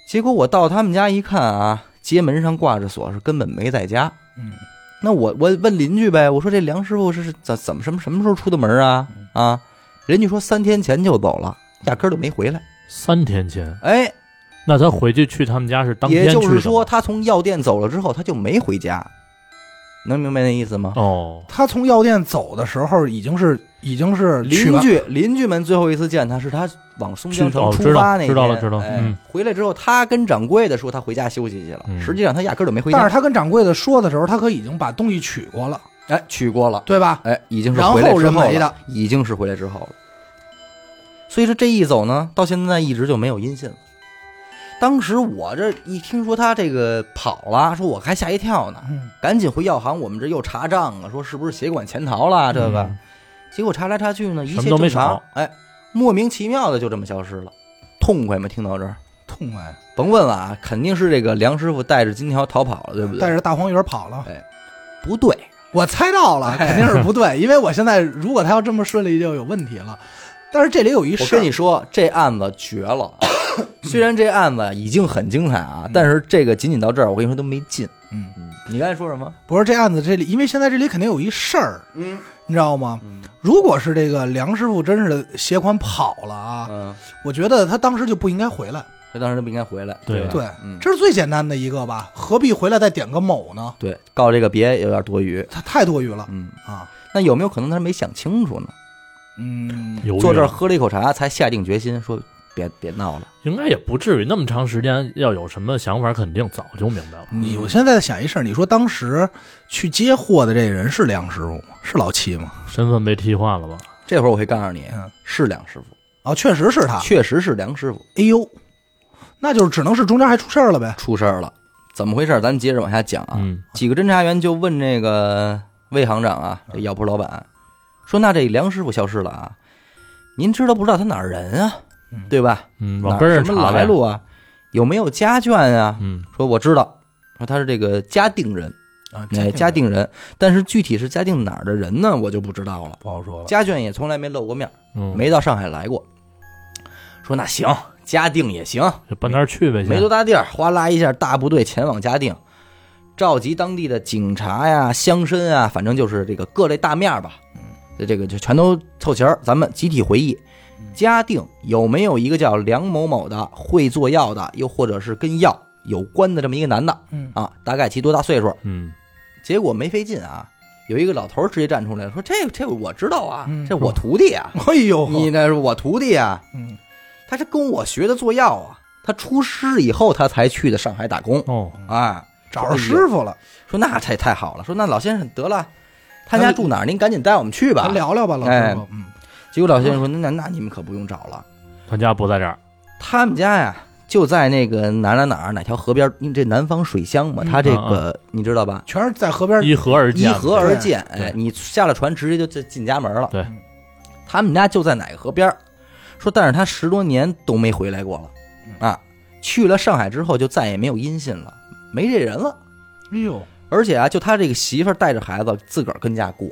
[SPEAKER 1] 结果我到他们家一看啊，街门上挂着锁，是根本没在家。
[SPEAKER 3] 嗯，
[SPEAKER 1] 那我我问邻居呗，我说这梁师傅是是怎怎么什么什么时候出的门啊？啊，人家说三天前就走了，压根儿就没回来。
[SPEAKER 4] 三天前，
[SPEAKER 1] 哎，
[SPEAKER 4] 那他回去去他们家是当天
[SPEAKER 1] 也
[SPEAKER 4] 去的吗，
[SPEAKER 1] 就是说，他从药店走了之后，他就没回家，能明白那意思吗？
[SPEAKER 4] 哦，
[SPEAKER 3] 他从药店走的时候已经是已经是去
[SPEAKER 1] 邻
[SPEAKER 3] 完
[SPEAKER 1] 居邻居们最后一次见他是他往松江城
[SPEAKER 4] 知道
[SPEAKER 1] 出发那天，
[SPEAKER 4] 知道了知道了
[SPEAKER 1] 哎
[SPEAKER 4] 嗯
[SPEAKER 1] 回来之后，他跟掌柜的说他回家休息去了，
[SPEAKER 4] 嗯
[SPEAKER 1] 实际上他压根儿就没回
[SPEAKER 3] 但
[SPEAKER 1] 家。
[SPEAKER 3] 是他跟掌柜的说的时候，他可已经把东西取过了，
[SPEAKER 1] 哎，去过了，
[SPEAKER 3] 对吧？
[SPEAKER 1] 哎，已经是
[SPEAKER 3] 然后
[SPEAKER 1] 回来之
[SPEAKER 3] 人
[SPEAKER 1] 后
[SPEAKER 3] 为
[SPEAKER 1] 了
[SPEAKER 3] 的，
[SPEAKER 1] 已经是回来之后了。所以说这一走呢，到现在一直就没有音信了。当时我这一听说他这个跑了，说我还吓一跳呢，
[SPEAKER 3] 嗯，
[SPEAKER 1] 赶紧回药行，我们这又查账啊，说是不是血管潜逃了这个。
[SPEAKER 4] 嗯
[SPEAKER 1] 结果查来查去呢，一
[SPEAKER 4] 什
[SPEAKER 1] 切
[SPEAKER 4] 么都没
[SPEAKER 1] 正常
[SPEAKER 4] 找，
[SPEAKER 1] 哎，莫名其妙的就这么消失了，痛快吗？听到这儿，
[SPEAKER 3] 痛快，
[SPEAKER 1] 甭问了啊，肯定是这个梁师傅带着金条逃跑了，对不
[SPEAKER 3] 带
[SPEAKER 1] 对？
[SPEAKER 3] 着大黄鱼儿跑了。
[SPEAKER 1] 不对，
[SPEAKER 3] 我猜到
[SPEAKER 1] 哎
[SPEAKER 3] 了，肯定是不对，因为我现在如果他要这么顺利就有问题了。但是这里有一
[SPEAKER 1] 我
[SPEAKER 3] 事儿，
[SPEAKER 1] 跟你说，这案子绝了 啊。虽然这案子已经很精彩啊，但是这个仅仅到这儿，我跟你说都没劲。
[SPEAKER 3] 嗯，
[SPEAKER 1] 你刚才说什么？
[SPEAKER 3] 不是这案子这里，因为现在这里肯定有一事儿，
[SPEAKER 1] 嗯
[SPEAKER 3] 你知道吗？如果是这个梁师傅真是携款跑了啊，
[SPEAKER 1] 嗯，
[SPEAKER 3] 我觉得他当时就不应该回来。
[SPEAKER 1] 他当时就不应该回来，
[SPEAKER 4] 对
[SPEAKER 1] 吧？
[SPEAKER 3] 对，
[SPEAKER 1] 嗯，
[SPEAKER 3] 这是最简单的一个吧，何必回来再点个某呢？
[SPEAKER 1] 对，告这个别有点多余。
[SPEAKER 3] 他太多余了
[SPEAKER 1] 嗯，
[SPEAKER 3] 啊。
[SPEAKER 1] 那有没有可能他没想清楚呢？
[SPEAKER 3] 嗯，
[SPEAKER 4] 犹豫
[SPEAKER 1] 坐这儿
[SPEAKER 4] 了
[SPEAKER 1] 喝了一口茶，才下定决心说别别闹了。
[SPEAKER 4] 应该也不至于那么长时间，要有什么想法，肯定早就明白了。
[SPEAKER 1] 嗯
[SPEAKER 3] 你我现在在想一事儿，你说当时去接货的这人是梁师傅吗？是老七吗？
[SPEAKER 4] 身份被替换了吧？
[SPEAKER 1] 这会儿我会告诉你
[SPEAKER 3] 嗯，
[SPEAKER 1] 是梁师傅，
[SPEAKER 3] 哦，确实是他。
[SPEAKER 1] 确实是梁师傅
[SPEAKER 3] 哎呦，那就是只能是中间还出事儿了呗。
[SPEAKER 1] 出事儿了。怎么回事儿？咱接着往下讲啊。
[SPEAKER 4] 嗯，
[SPEAKER 1] 几个侦查员就问这个魏行长啊，这药铺老板，说：“那这梁师傅消失了啊，您知道不知道他哪儿人啊？
[SPEAKER 3] 嗯
[SPEAKER 1] 对吧？
[SPEAKER 4] 嗯，
[SPEAKER 1] 哪
[SPEAKER 4] 往
[SPEAKER 1] 儿
[SPEAKER 4] 根上
[SPEAKER 1] 什么
[SPEAKER 4] 查
[SPEAKER 1] 来
[SPEAKER 4] 呗。
[SPEAKER 1] 路啊？有没有家眷啊？
[SPEAKER 4] 嗯，
[SPEAKER 1] 说我知道，说他是这个嘉定人，
[SPEAKER 3] 啊，
[SPEAKER 1] 哎，嘉定人，但是具体是嘉定哪儿的人呢，我就不知道了。
[SPEAKER 3] 不好说了。
[SPEAKER 1] 家眷也从来没露过面儿。”
[SPEAKER 4] 嗯，
[SPEAKER 1] 没到上海来过。说那行，嘉定也行，
[SPEAKER 4] 就搬那儿去呗，先
[SPEAKER 1] 没多大地儿，哗啦一下，大部队前往嘉定，召集当地的警察呀、乡绅啊，反正就是这个各类大面儿吧，
[SPEAKER 3] 嗯
[SPEAKER 1] 这这个就全都凑齐儿，咱们集体回忆。
[SPEAKER 3] 嗯
[SPEAKER 1] 嘉定有没有一个叫梁某某的会做药的，又或者是跟药有关的这么一个男的
[SPEAKER 3] 嗯
[SPEAKER 1] 啊？大概其多大岁数？
[SPEAKER 4] 嗯，
[SPEAKER 1] 结果没费劲啊，有一个老头儿直接站出来说：“这这我知道啊，
[SPEAKER 3] 嗯
[SPEAKER 1] 这我徒弟啊，
[SPEAKER 3] 哎呦，
[SPEAKER 1] 你那是我徒弟啊，
[SPEAKER 3] 嗯，
[SPEAKER 1] 他是跟我学的做药啊。他出师以后，他才去的上海打工
[SPEAKER 4] 哦，
[SPEAKER 1] 啊。
[SPEAKER 3] 找着师傅了，
[SPEAKER 1] 说那太太好了，说那老先生得了，他家住哪儿？您赶紧带我们去吧
[SPEAKER 3] 咱。聊聊吧，老
[SPEAKER 1] 哎
[SPEAKER 3] 师傅，嗯，
[SPEAKER 1] 结果老先生说：那那你们可不用找了，
[SPEAKER 4] 他家不在这儿，
[SPEAKER 1] 他们家呀就在那个哪儿哪儿哪儿哪条河边儿，因为这南方水乡嘛，
[SPEAKER 3] 嗯
[SPEAKER 1] 他这个你知道吧？
[SPEAKER 3] 全是在河边
[SPEAKER 4] 依河而
[SPEAKER 1] 依
[SPEAKER 4] 建，
[SPEAKER 1] 河而建，
[SPEAKER 4] 对
[SPEAKER 1] 哎，你下了船直接就进进家门了。
[SPEAKER 4] 对，
[SPEAKER 1] 他们家就在哪个河边儿，说但是他十多年都没回来过了，啊，去了上海之后就再也没有音信了，没这人了。
[SPEAKER 3] 哎呦，
[SPEAKER 1] 而且啊，就他这个媳妇儿带着孩子自个儿跟家过，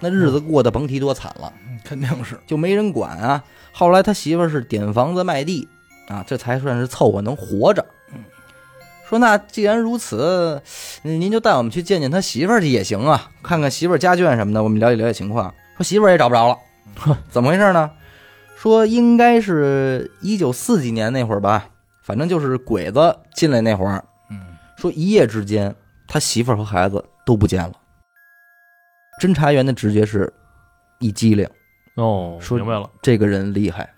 [SPEAKER 1] 那日
[SPEAKER 4] 嗯
[SPEAKER 1] 子过得甭提多惨了。
[SPEAKER 3] 嗯肯定是，
[SPEAKER 1] 就没人管啊。后来他媳妇儿是点房子卖地啊，这才算是凑合能活着。说那既然如此，嗯您就带我们去见见他媳妇儿去也行啊，看看媳妇儿家眷什么的，我们了解了解情况。说媳妇儿也找不着了，怎么回事呢？说应该是一九四几年那会儿吧，反正就是鬼子进来那会儿。
[SPEAKER 3] 嗯，
[SPEAKER 1] 说一夜之间，他媳妇儿和孩子都不见了。侦查员的直觉是，一激灵，
[SPEAKER 4] 哦，
[SPEAKER 1] 说
[SPEAKER 4] 明白了，
[SPEAKER 1] 这个人厉害。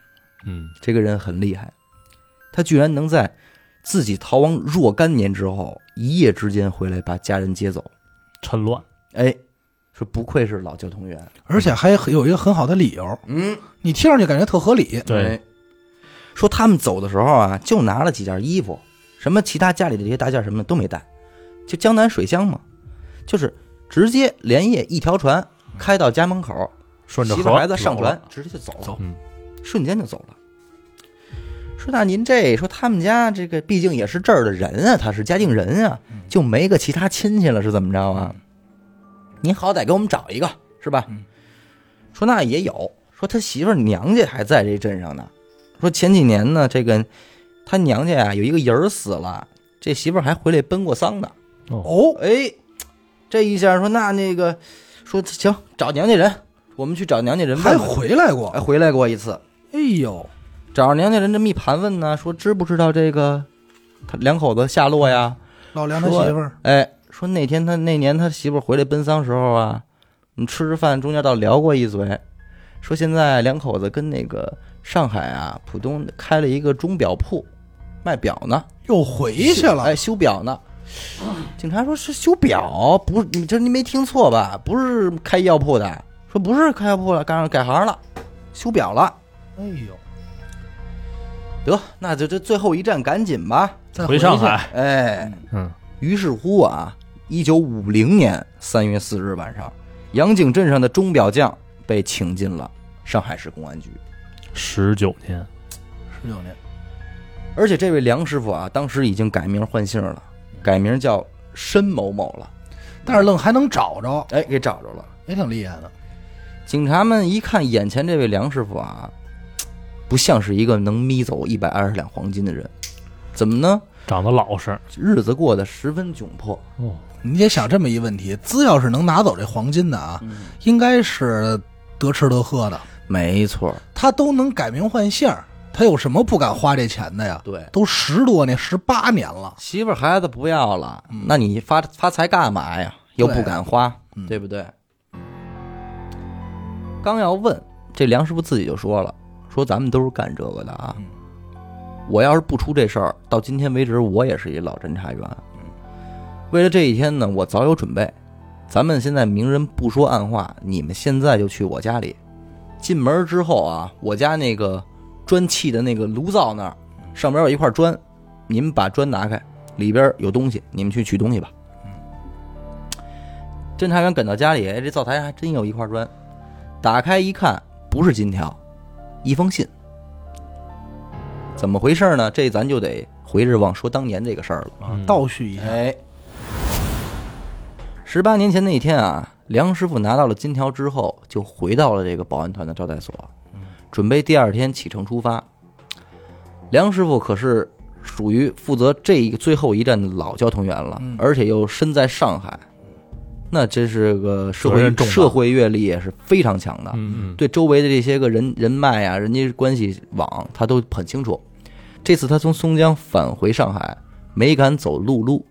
[SPEAKER 4] 嗯，
[SPEAKER 1] 这个人很厉害，他居然能在自己逃亡若干年之后，一夜之间回来把家人接走。
[SPEAKER 4] 趁乱，
[SPEAKER 1] 哎，说不愧是老交通员。
[SPEAKER 3] 而且还很有一个很好的理由，
[SPEAKER 1] 嗯，
[SPEAKER 3] 你听上去感觉特合
[SPEAKER 1] 哎
[SPEAKER 3] 理，
[SPEAKER 4] 对，
[SPEAKER 1] 说他们走的时候啊，就拿了几件衣服，什么其他家里的这些大件什么的都没带，就江南水乡嘛，就是直接连夜一条船开到家门口，
[SPEAKER 4] 顺着
[SPEAKER 1] 媳妇
[SPEAKER 4] 河
[SPEAKER 1] 孩子上
[SPEAKER 4] 走了
[SPEAKER 1] 船，直接就走了，
[SPEAKER 4] 走嗯
[SPEAKER 1] 瞬间就走了。说那您这说他们家这个毕竟也是这儿的人啊，他是嘉定人啊，就没个其他亲戚了，是怎么着啊？您好歹给我们找一个是吧？说那也有，说他媳妇儿娘家还在这镇上呢。说前几年呢，这个他娘家啊有一个人儿死了，这媳妇儿还回来奔过丧呢。
[SPEAKER 3] 哦，
[SPEAKER 1] 哎，这一下说那那个说行，找娘家人，我们去找娘家人
[SPEAKER 3] 还
[SPEAKER 1] 问问。
[SPEAKER 3] 回来过
[SPEAKER 1] 还，回来过一次，
[SPEAKER 3] 哎呦，
[SPEAKER 1] 找着娘家人这么一盘问呢，说知不知道这个他两口子下落呀？
[SPEAKER 3] 老梁他媳妇儿，
[SPEAKER 1] 哎，说那天他那年他媳妇儿回来奔丧时候啊，你吃着饭中间倒聊过一嘴，说现在两口子跟那个上海啊浦东开了一个钟表铺，卖表呢，
[SPEAKER 3] 又回去了，
[SPEAKER 1] 哎，修表呢。警察说是修表，不是你这你没听错吧？不是开药铺的，说不是开药铺了，干改行了，修表了。
[SPEAKER 3] 哎呦，
[SPEAKER 1] 得，那就这最后一站，赶紧吧。
[SPEAKER 3] 再
[SPEAKER 4] 回
[SPEAKER 3] 去
[SPEAKER 4] 上，海，
[SPEAKER 1] 哎，
[SPEAKER 4] 嗯，
[SPEAKER 1] 于是乎啊，一九五零年三月四日晚上，杨井镇上的钟表匠被请进了上海市公安局。
[SPEAKER 4] 十九年，
[SPEAKER 3] 十九年，
[SPEAKER 1] 而且这位梁师傅啊，当时已经改名换姓了，改名叫申某某了。
[SPEAKER 3] 但是愣还能找着，
[SPEAKER 1] 哎，给找着了。
[SPEAKER 3] 也挺厉害的，
[SPEAKER 1] 警察们一看眼前这位梁师傅啊，不像是一个能眯走一百二十两黄金的人，怎么呢？
[SPEAKER 4] 长得老实，
[SPEAKER 1] 日子过得十分窘迫。
[SPEAKER 4] 哦，
[SPEAKER 3] 你得想这么一问题，资要是能拿走这黄金的啊，应该是得吃得喝的，
[SPEAKER 1] 没错儿，
[SPEAKER 3] 他都能改名换姓儿，他有什么不敢花这钱的呀？
[SPEAKER 1] 对，
[SPEAKER 3] 都十多年，十八年了，
[SPEAKER 1] 媳妇儿孩子不要了，那你发发财干嘛呀？又不敢花，
[SPEAKER 3] 嗯
[SPEAKER 1] 对不对？刚要问，这梁师傅自己就说了：“说咱们都是干这个的啊，
[SPEAKER 3] 嗯
[SPEAKER 1] 我要是不出这事儿，到今天为止我也是一老侦查员。
[SPEAKER 3] 嗯
[SPEAKER 1] 为了这一天呢，我早有准备。咱们现在明人不说暗话，你们现在就去我家里。进门之后啊，我家那个砖砌的那个炉灶那儿，上边有一块砖，你们把砖拿开，里边有东西，你们去取东西吧。侦查员赶到家里，哎，这灶台上还真有一块砖，打开一看，不是金条，一封信。怎么回事呢？这咱就得回着往说当年这个事儿了。
[SPEAKER 4] 嗯
[SPEAKER 3] 倒叙一下，
[SPEAKER 1] 哎，十八年前那一天啊，梁师傅拿到了金条之后，就回到了这个保安团的招待所，
[SPEAKER 4] 嗯
[SPEAKER 1] 准备第二天启程出发。梁师傅可是属于负责这一个最后一站的老交通员了，
[SPEAKER 4] 嗯
[SPEAKER 1] 而且又身在上海，那真是个社
[SPEAKER 4] 责
[SPEAKER 1] 会
[SPEAKER 4] 任重大
[SPEAKER 1] 社会阅历也是非常强的。
[SPEAKER 4] 嗯嗯，
[SPEAKER 1] 对周围的这些个人人脉啊，人家关系网，他都很清楚。这次他从松江返回上海，没敢走陆路，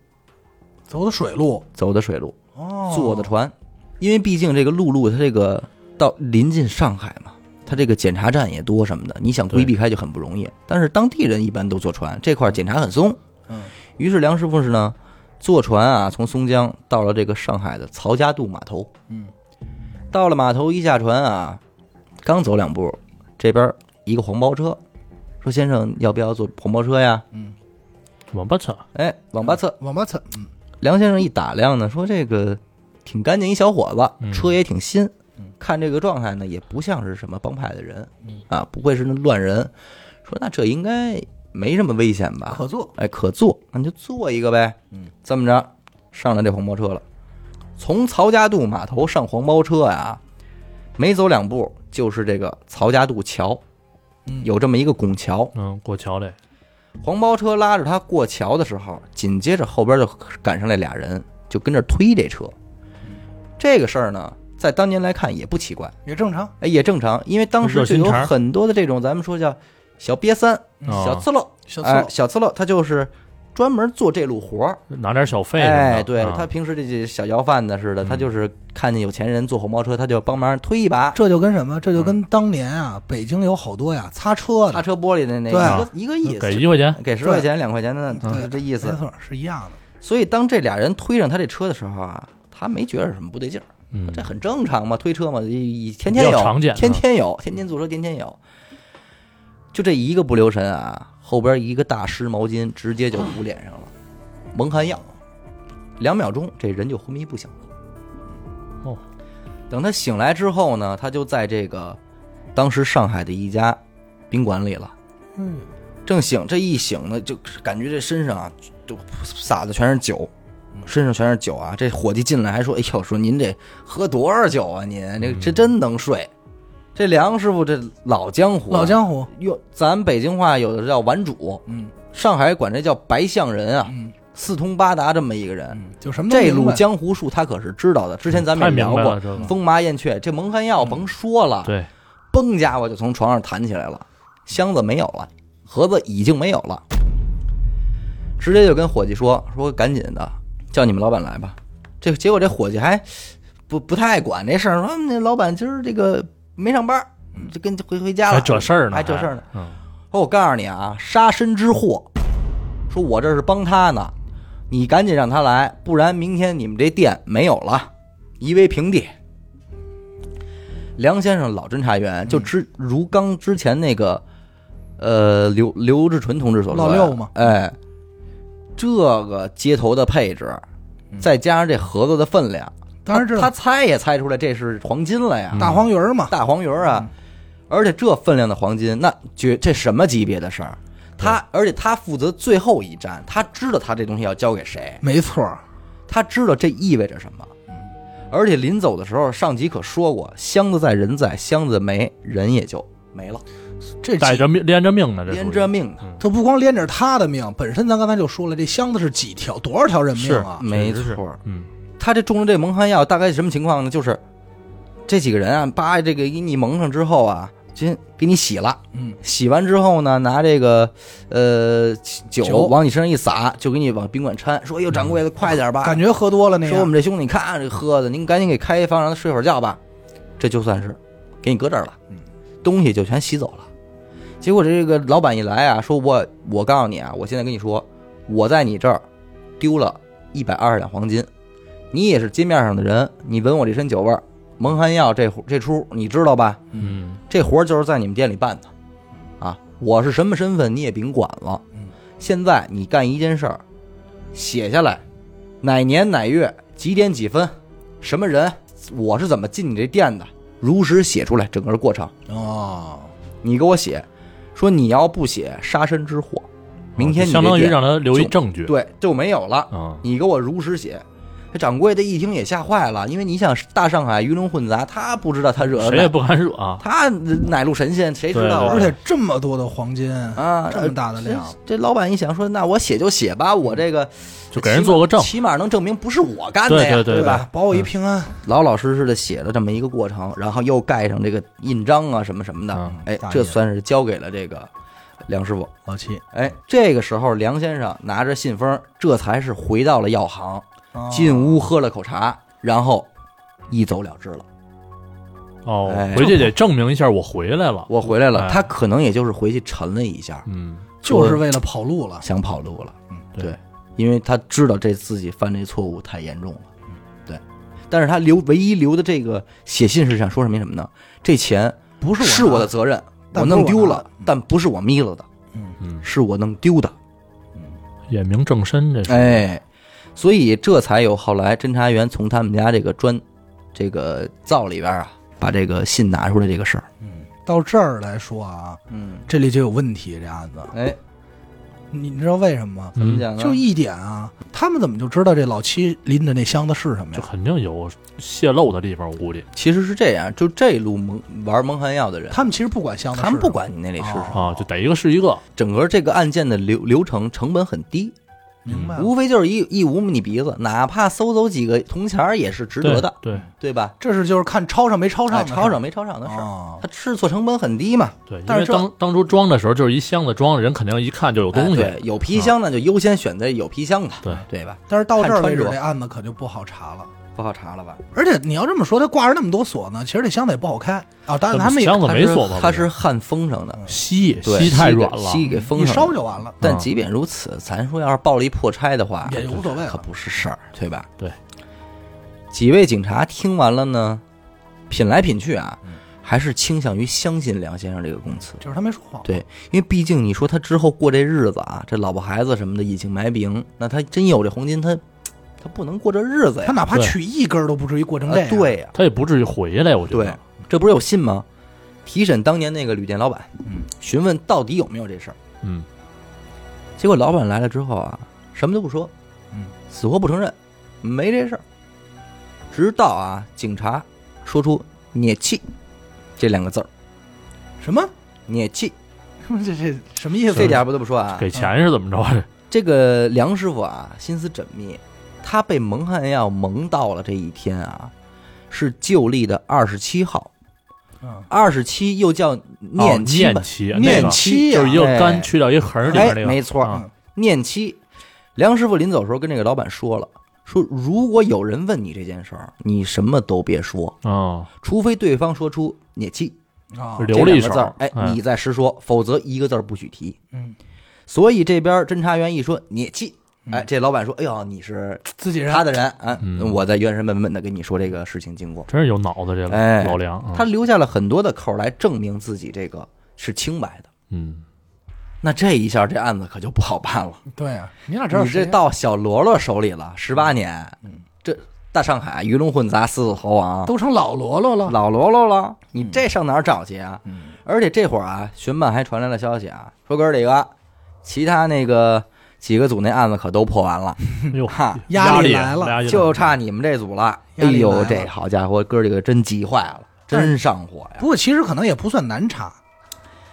[SPEAKER 3] 走的水路，
[SPEAKER 1] 走的水路，
[SPEAKER 3] 哦，
[SPEAKER 1] 坐的船，因为毕竟这个陆路它这个到临近上海嘛，它这个检查站也多什么的，你想规避开就很不容易。但是当地人一般都坐船，这块儿检查很松。
[SPEAKER 3] 嗯，
[SPEAKER 1] 于是梁师傅是呢，坐船啊从松江到了这个上海的曹家渡码头。
[SPEAKER 3] 嗯，
[SPEAKER 1] 到了码头一下船啊，刚走两步，这边儿一个黄包车，说先生要不要坐黄包车呀？
[SPEAKER 4] 王八车，
[SPEAKER 1] 哎，网吧侧
[SPEAKER 3] 往巴侧，嗯，
[SPEAKER 1] 梁先生一打量呢，说这个挺干净一小伙子，
[SPEAKER 4] 嗯
[SPEAKER 1] 车也挺新，
[SPEAKER 3] 嗯
[SPEAKER 1] 看这个状态呢，也不像是什么帮派的人，啊，不会是那乱人。说那这应该没什么危险吧？
[SPEAKER 3] 可坐，
[SPEAKER 1] 哎，可坐，那你就坐一个呗。
[SPEAKER 3] 嗯，
[SPEAKER 1] 这么着，上了这黄包车了。从曹家渡码头上黄包车呀、没走两步就是这个曹家渡桥，
[SPEAKER 3] 嗯
[SPEAKER 1] 有这么一个拱桥。
[SPEAKER 4] 嗯，过桥嘞，
[SPEAKER 1] 黄包车拉着他过桥的时候，紧接着后边就赶上来俩人，就跟这推这车。这个事儿呢，在当年来看也不奇怪，
[SPEAKER 3] 也正常，
[SPEAKER 1] 哎，也正常，因为当时
[SPEAKER 4] 热
[SPEAKER 1] 就
[SPEAKER 4] 心
[SPEAKER 1] 有
[SPEAKER 4] 肠儿
[SPEAKER 1] 很多的这种咱们说叫小瘪三、嗯小
[SPEAKER 4] 啊，
[SPEAKER 1] 次漏，
[SPEAKER 3] 小
[SPEAKER 1] 哎、
[SPEAKER 3] 侧，
[SPEAKER 1] 小次漏，他就是专门做这路活儿。
[SPEAKER 4] 拿点小费什么的，
[SPEAKER 1] 哎，对
[SPEAKER 4] 啊嗯
[SPEAKER 1] 他平时这些小摇贩子似的，他就是看见有钱人坐黄包车，他就帮忙推一把，
[SPEAKER 3] 这就跟什么？这就跟当年啊，北京有好多呀擦车
[SPEAKER 1] 嗯擦
[SPEAKER 3] 的，
[SPEAKER 1] 车玻璃的那
[SPEAKER 3] 对
[SPEAKER 1] 个一个意
[SPEAKER 4] 嗯给
[SPEAKER 1] 思，
[SPEAKER 4] 一嗯块钱，
[SPEAKER 1] 给十块钱两块钱的，
[SPEAKER 3] 对
[SPEAKER 1] 就这意思
[SPEAKER 3] 没。错，是一样的。
[SPEAKER 1] 所以当这俩人推上他这车的时候啊，他没觉得什么不对劲儿，
[SPEAKER 4] 嗯，
[SPEAKER 1] 这很正常嘛，推车嘛，一一天天
[SPEAKER 4] 比
[SPEAKER 1] 有，
[SPEAKER 4] 较常见嗯
[SPEAKER 1] 天天有，天天坐车，天天有。就这一个不留神啊，后边一个大湿毛巾直接就捂脸上了，蒙汗药，两秒钟这人就昏迷不醒了。
[SPEAKER 4] 哦，
[SPEAKER 1] 等他醒来之后呢，他就在这个当时上海的一家宾馆里了。
[SPEAKER 3] 嗯，
[SPEAKER 1] 正醒，这一醒呢，就感觉这身上啊，就撒的全是酒，
[SPEAKER 3] 嗯
[SPEAKER 1] 身上全是酒啊。这伙计进来还说：“哎呦，说您这喝多少酒啊？您
[SPEAKER 3] 嗯
[SPEAKER 1] 这这真能睡。”这梁师傅这老江湖啊、
[SPEAKER 3] 老江湖，
[SPEAKER 1] 用咱北京话有的叫顽主，
[SPEAKER 3] 嗯
[SPEAKER 1] 上海管这叫白象人啊，
[SPEAKER 3] 嗯
[SPEAKER 1] 四通八达这么一个人。
[SPEAKER 3] 嗯，就什么都
[SPEAKER 1] 这
[SPEAKER 3] 明
[SPEAKER 1] 路
[SPEAKER 3] 白嗯
[SPEAKER 1] 江湖术他可是知道的，之前咱们
[SPEAKER 4] 太
[SPEAKER 1] 也聊
[SPEAKER 4] 明白
[SPEAKER 1] 过嗯
[SPEAKER 4] 了，这个，
[SPEAKER 1] 风麻燕雀，这蒙汗药甭说了，
[SPEAKER 4] 对，
[SPEAKER 1] 嘣家伙就从床上弹起来了，箱子没有了，盒子已经没有了，直接就跟伙计说说赶紧的，叫你们老板来吧。这结果这伙计还不不太管这事儿，说嗯那老板今儿这个没上班，就跟回回家
[SPEAKER 4] 还
[SPEAKER 1] 了。
[SPEAKER 4] 这事儿呢，
[SPEAKER 1] 还这事儿呢，
[SPEAKER 4] 嗯，
[SPEAKER 1] 说我告诉你啊，杀身之祸，说我这是帮他呢，你赶紧让他来，不然明天你们这店没有了，夷为平地。梁先生老侦查员
[SPEAKER 3] 嗯
[SPEAKER 1] 就之如刚之前那个，呃，刘刘志纯同志所说的，
[SPEAKER 3] 老六嘛
[SPEAKER 1] 哎，这个接头的配置，再加上这盒子的分量，
[SPEAKER 3] 嗯当然知
[SPEAKER 1] 他
[SPEAKER 3] 道，
[SPEAKER 1] 猜也猜出来这是黄金了呀，
[SPEAKER 4] 嗯
[SPEAKER 3] 大黄鱼儿嘛，
[SPEAKER 1] 大黄鱼儿啊，而且这分量的黄金，那绝这什么级别的事儿？他而且他负责最后一站，他知道他这东西要交给谁，
[SPEAKER 3] 没错儿，
[SPEAKER 1] 他知道这意味着什么。
[SPEAKER 4] 嗯
[SPEAKER 1] 嗯而且临走的时候，上级可说过，箱子在人在，箱子没人也就没了，
[SPEAKER 3] 这
[SPEAKER 4] 带
[SPEAKER 3] 几
[SPEAKER 4] 着命连着命呢，这属于嗯
[SPEAKER 1] 连着命啊呢。
[SPEAKER 3] 他不光连着他的命，本身咱刚才就说了，这箱子是几条多少条人命啊？
[SPEAKER 1] 没
[SPEAKER 4] 确实是
[SPEAKER 1] 错儿，
[SPEAKER 4] 嗯，
[SPEAKER 1] 他这中了这蒙汗药，大概是什么情况呢？就是这几个人啊，把这个给你蒙上之后啊，先给你洗了，
[SPEAKER 3] 嗯，
[SPEAKER 1] 洗完之后呢，拿这个呃酒
[SPEAKER 3] 酒
[SPEAKER 1] 往你身上一撒，就给你往宾馆掺，说：“哟，哎掌柜的，快点吧！”
[SPEAKER 3] 感觉喝多了那
[SPEAKER 1] 说我
[SPEAKER 3] 个
[SPEAKER 1] 们，这兄弟，你看这喝的，您赶紧给开一方，让他睡会儿觉吧。这就算是给你搁这儿了，
[SPEAKER 3] 嗯
[SPEAKER 1] 东西就全洗走了。结果这个老板一来啊，说我我告诉你啊，我现在跟你说，我在你这儿丢了一百二十两黄金，你也是街面上的人，你闻我这身酒味儿，蒙汗药这户这出你知道吧？
[SPEAKER 4] 嗯，
[SPEAKER 1] 这活儿就是在你们店里办的，啊，我是什么身份你也甭管了
[SPEAKER 3] 嗯。
[SPEAKER 1] 现在你干一件事儿，写下来，哪年哪月几点几分，什么人，我是怎么进你这店的，如实写出来整个过程。
[SPEAKER 3] 哦，
[SPEAKER 1] 你给我写，说你要不写杀身之祸，明天你这
[SPEAKER 4] 啊哦相当于
[SPEAKER 1] 店
[SPEAKER 4] 让他留一
[SPEAKER 1] 就
[SPEAKER 4] 证据，
[SPEAKER 1] 对就没有了。
[SPEAKER 4] 啊，
[SPEAKER 1] 你给我如实写。这掌柜的一听也吓坏了，因为你想大上海鱼龙混杂，他不知道他惹了
[SPEAKER 4] 谁也
[SPEAKER 1] 哪，
[SPEAKER 4] 不敢惹啊，
[SPEAKER 1] 他哪路神仙谁知
[SPEAKER 4] 对
[SPEAKER 1] 道
[SPEAKER 4] 对
[SPEAKER 1] 啊
[SPEAKER 4] 对
[SPEAKER 3] 而且这么多的黄金，
[SPEAKER 1] 啊，
[SPEAKER 3] 这么大的量
[SPEAKER 1] 呃这这老板一想说，那我写就写吧，我这个
[SPEAKER 4] 嗯就给人做个证
[SPEAKER 1] 起码起码能证明不是我干的呀，
[SPEAKER 4] 对对对
[SPEAKER 1] 吧？嗯
[SPEAKER 3] 吧？保我一平安，
[SPEAKER 1] 老老实实的写了这么一个过程，然后又盖上这个印章啊什么什么的，
[SPEAKER 4] 嗯
[SPEAKER 1] 哎
[SPEAKER 3] 大，爷
[SPEAKER 1] 这算是交给了这个梁师傅。
[SPEAKER 3] 老七，
[SPEAKER 1] 哎，这个时候梁先生拿着信封，这才是回到了药行，
[SPEAKER 3] 哦
[SPEAKER 1] 进屋喝了口茶，然后一走了之了。
[SPEAKER 4] 哦
[SPEAKER 1] 哎，
[SPEAKER 4] 回去得证明一下我回来了。
[SPEAKER 1] 我回来了，
[SPEAKER 4] 哎
[SPEAKER 1] 他可能也就是回去沉了一下，
[SPEAKER 4] 嗯，
[SPEAKER 3] 就是为了跑路了。
[SPEAKER 1] 想跑路了。
[SPEAKER 3] 嗯
[SPEAKER 4] 对
[SPEAKER 1] 对，因为他知道这自己犯这错误太严重了。嗯对，但是他留唯一留的这个写信是想说什么什么呢？这钱
[SPEAKER 3] 不是我
[SPEAKER 1] 是
[SPEAKER 3] 拿
[SPEAKER 1] 我的，责任，
[SPEAKER 3] 但
[SPEAKER 1] 我
[SPEAKER 3] 不是
[SPEAKER 1] 弄丢
[SPEAKER 3] 我拿嗯
[SPEAKER 1] 了，但不是我眯了的，
[SPEAKER 4] 嗯
[SPEAKER 1] 是我弄丢的。
[SPEAKER 4] 眼明正身，这是。
[SPEAKER 1] 哎，所以这才有后来侦查员从他们家这个砖这个灶里边啊，把这个信拿出来这个事儿。
[SPEAKER 3] 到这儿来说啊，
[SPEAKER 1] 嗯，
[SPEAKER 3] 这里就有问题。这案子，
[SPEAKER 1] 哎，
[SPEAKER 3] 你你知道为什么吗？
[SPEAKER 1] 怎么
[SPEAKER 4] 嗯，
[SPEAKER 1] 讲呢？
[SPEAKER 3] 就一点啊，他们怎么就知道这老七拎着那箱子是什么
[SPEAKER 4] 这
[SPEAKER 3] 呀？
[SPEAKER 4] 肯定有泄露的地方，我估计
[SPEAKER 1] 其实是这样，就这路蒙玩蒙汗药的人，
[SPEAKER 3] 他们其实不管箱子是什么，哦
[SPEAKER 1] 他们不管你那里是什么，
[SPEAKER 4] 啊，就逮一个是一个。
[SPEAKER 1] 整个这个案件的流流程成本很低，
[SPEAKER 3] 明
[SPEAKER 4] 啊
[SPEAKER 3] 白了。
[SPEAKER 1] 无非就是一一捂你鼻子，哪怕搜走几个铜钱儿也是值得的，
[SPEAKER 4] 对
[SPEAKER 1] 对吧？
[SPEAKER 3] 这是就是看抄上没抄
[SPEAKER 1] 哎
[SPEAKER 3] 上的事儿，
[SPEAKER 1] 抄上没抄上的事
[SPEAKER 4] 哦
[SPEAKER 1] 儿，
[SPEAKER 3] 啊
[SPEAKER 1] 他试错成本很低嘛。
[SPEAKER 4] 对，因
[SPEAKER 1] 但
[SPEAKER 4] 为
[SPEAKER 1] 是这
[SPEAKER 4] 当当初装的时候，就是一箱子装，人肯定一看就有东西。啊
[SPEAKER 1] 哎对，有皮箱呢就优先选择有皮箱的，
[SPEAKER 4] 对
[SPEAKER 1] 对吧？
[SPEAKER 3] 但是到这儿为
[SPEAKER 1] 看
[SPEAKER 3] 止，
[SPEAKER 1] 穿着
[SPEAKER 3] 这案子可就不好查了。
[SPEAKER 1] 不好查了吧？
[SPEAKER 3] 而且你要这么说，他挂着那么多锁呢，其实这箱子也不好开啊。当然他
[SPEAKER 4] 这
[SPEAKER 3] 们也
[SPEAKER 4] 箱子
[SPEAKER 3] 他
[SPEAKER 4] 没锁吧？
[SPEAKER 1] 它是焊封上的，
[SPEAKER 4] 锡，
[SPEAKER 1] 对
[SPEAKER 4] 锡嗯太软
[SPEAKER 1] 给
[SPEAKER 4] 了。
[SPEAKER 1] 锡给封
[SPEAKER 3] 你
[SPEAKER 1] 上
[SPEAKER 3] 烧
[SPEAKER 1] 了。
[SPEAKER 3] 就完了，
[SPEAKER 1] 但即便如此，咱说要是暴力破拆的话，
[SPEAKER 3] 也就无所谓
[SPEAKER 1] 可
[SPEAKER 3] 了。
[SPEAKER 1] 不是事儿，对吧？
[SPEAKER 4] 对。
[SPEAKER 1] 几位警察听完了呢，品来品去啊，还是倾向于相信梁先生这个供词，
[SPEAKER 3] 就是他没说谎，
[SPEAKER 1] 对因为毕竟你说他之后过这日子啊，这老婆孩子什么的已经埋饼，那他真有这黄金，他他不能过这日子
[SPEAKER 3] 他
[SPEAKER 1] 呀。
[SPEAKER 3] 哪怕
[SPEAKER 4] 对
[SPEAKER 3] 取一根儿都不至于过成这
[SPEAKER 1] 啊
[SPEAKER 3] 样。，
[SPEAKER 1] 对呀、
[SPEAKER 4] 他也不至于回来，我觉
[SPEAKER 1] 对
[SPEAKER 4] 得。，
[SPEAKER 1] 这不是有信吗？提审当年那个旅店老板，
[SPEAKER 3] 嗯，
[SPEAKER 1] 询问到底有没有这事儿。
[SPEAKER 4] 嗯，
[SPEAKER 1] 结果老板来了之后啊，什么都不说，
[SPEAKER 3] 嗯，
[SPEAKER 1] 死活不承认，没这事儿。直到啊，警察说出“捏气”这两个字儿，
[SPEAKER 3] 什么？
[SPEAKER 1] 捏气，
[SPEAKER 3] 这这什么意思？
[SPEAKER 1] 这点儿不得不说啊，
[SPEAKER 4] 给钱是怎么着？
[SPEAKER 1] 这个梁师傅啊，心思缜密，他被蒙汗药蒙到了这一天啊，是旧历的二十七号，
[SPEAKER 3] 嗯，
[SPEAKER 1] 二十七又叫
[SPEAKER 4] 哦
[SPEAKER 1] 念七吧
[SPEAKER 4] 念，漆，
[SPEAKER 3] 念
[SPEAKER 4] 那个
[SPEAKER 3] 漆呀
[SPEAKER 4] 就是一个
[SPEAKER 1] 哎
[SPEAKER 4] 干去掉一横儿里面
[SPEAKER 1] 哎，
[SPEAKER 4] 那个。
[SPEAKER 1] 没错，
[SPEAKER 4] 啊
[SPEAKER 1] 念七。梁师傅临走的时候跟这个老板说了，说如果有人问你这件事儿，你什么都别说，
[SPEAKER 4] 啊，
[SPEAKER 1] 除非对方说出“念七
[SPEAKER 3] 啊
[SPEAKER 4] 是”
[SPEAKER 1] 这
[SPEAKER 4] 留了
[SPEAKER 1] 两
[SPEAKER 4] 一
[SPEAKER 1] 个
[SPEAKER 4] 手
[SPEAKER 1] 字儿，哎，
[SPEAKER 4] 嗯
[SPEAKER 1] 你再实说，否则一个字儿不许提。
[SPEAKER 3] 嗯，
[SPEAKER 1] 所以这边侦查员一说“念七”，
[SPEAKER 3] 嗯
[SPEAKER 1] 哎，这老板说：“哎呦，你是
[SPEAKER 3] 自己人
[SPEAKER 1] 他的人啊！”
[SPEAKER 4] 嗯
[SPEAKER 1] 我在原神本本的跟你说这个事情经过，
[SPEAKER 4] 真是有脑子这老
[SPEAKER 1] 哎
[SPEAKER 4] 老梁。嗯
[SPEAKER 1] 他留下了很多的扣儿来证明自己这个是清白的。
[SPEAKER 4] 嗯，
[SPEAKER 1] 那这一下这案子可就不好办了。
[SPEAKER 3] 对啊，你哪知道
[SPEAKER 1] 你这
[SPEAKER 3] 谁？
[SPEAKER 1] 到小罗罗手里了，十八年，
[SPEAKER 3] 嗯
[SPEAKER 1] 这大上海鱼龙混杂，四子猴王，
[SPEAKER 3] 都成老罗罗了。
[SPEAKER 1] 老罗罗了，你这上哪儿找去啊？
[SPEAKER 3] 嗯
[SPEAKER 1] 而且这会儿啊，巡办还传来了消息啊，说哥儿几个，其他那个几个组那案子可都破完了，
[SPEAKER 4] 哟，
[SPEAKER 1] 哈，
[SPEAKER 3] 压力
[SPEAKER 4] 力
[SPEAKER 3] 来了
[SPEAKER 4] 压力
[SPEAKER 1] 就差你们这组了。哎
[SPEAKER 3] 压力来了
[SPEAKER 1] 呦，这好家伙，哥儿几个真急坏了，真上火呀！
[SPEAKER 3] 不过其实可能也不算难查，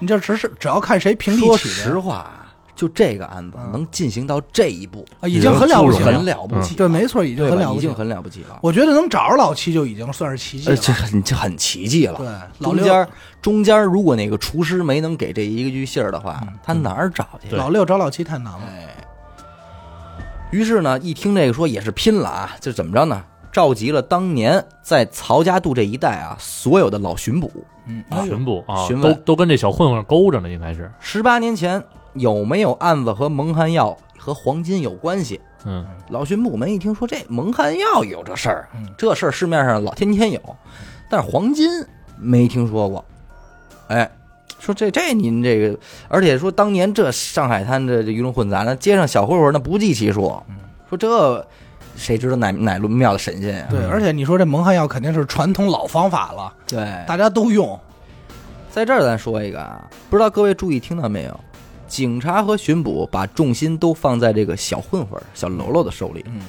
[SPEAKER 3] 你这只是只要看谁凭力
[SPEAKER 1] 说
[SPEAKER 3] 起的
[SPEAKER 1] 实话啊，就这个案子
[SPEAKER 3] 嗯
[SPEAKER 1] 能进行到这一步，
[SPEAKER 3] 啊已经很了不起
[SPEAKER 1] 很
[SPEAKER 3] 了，
[SPEAKER 1] 了不起了，
[SPEAKER 3] 对，没错，已经
[SPEAKER 1] 对
[SPEAKER 3] 很
[SPEAKER 1] 吧？
[SPEAKER 3] 了
[SPEAKER 1] 已
[SPEAKER 3] 不起
[SPEAKER 1] 经
[SPEAKER 3] 了。
[SPEAKER 1] 很了不起了。
[SPEAKER 3] 我觉得能找着老七就已经算是奇迹
[SPEAKER 1] 呃，
[SPEAKER 3] 了。
[SPEAKER 1] 这很这很奇迹了。
[SPEAKER 3] 对，老
[SPEAKER 1] 中
[SPEAKER 3] 六
[SPEAKER 1] 间儿中间，如果那个厨师没能给这一个句信儿的话，
[SPEAKER 3] 嗯
[SPEAKER 1] 他哪儿找去？
[SPEAKER 3] 老六找老七太难了。
[SPEAKER 1] 哎，于是呢，一听这个说也是拼了啊，就怎么着呢？召集了当年在曹家渡这一带啊所有的老巡捕，
[SPEAKER 3] 嗯，
[SPEAKER 4] 啊巡捕啊，
[SPEAKER 1] 询
[SPEAKER 4] 都
[SPEAKER 1] 问
[SPEAKER 4] 都跟这小混混勾着呢，应该是。
[SPEAKER 1] 十八年前有没有案子和蒙汗药和黄金有关系？
[SPEAKER 4] 嗯，
[SPEAKER 1] 老巡捕们一听说这蒙汗药有这事儿啊
[SPEAKER 3] 嗯，
[SPEAKER 1] 这事儿市面上老天天有，但是黄金没听说过。哎，说这这您这个，而且说当年这上海滩这这鱼龙混杂，那街上小混混那不计其数。说这谁知道哪哪路庙的神仙呀、
[SPEAKER 3] 对，而且你说这蒙汗药肯定是传统老方法了，
[SPEAKER 1] 对，
[SPEAKER 3] 大家都用。
[SPEAKER 1] 在这儿咱说一个啊，不知道各位注意听到没有？警察和巡捕把重心都放在这个小混混儿、小喽啰的手里。
[SPEAKER 3] 嗯，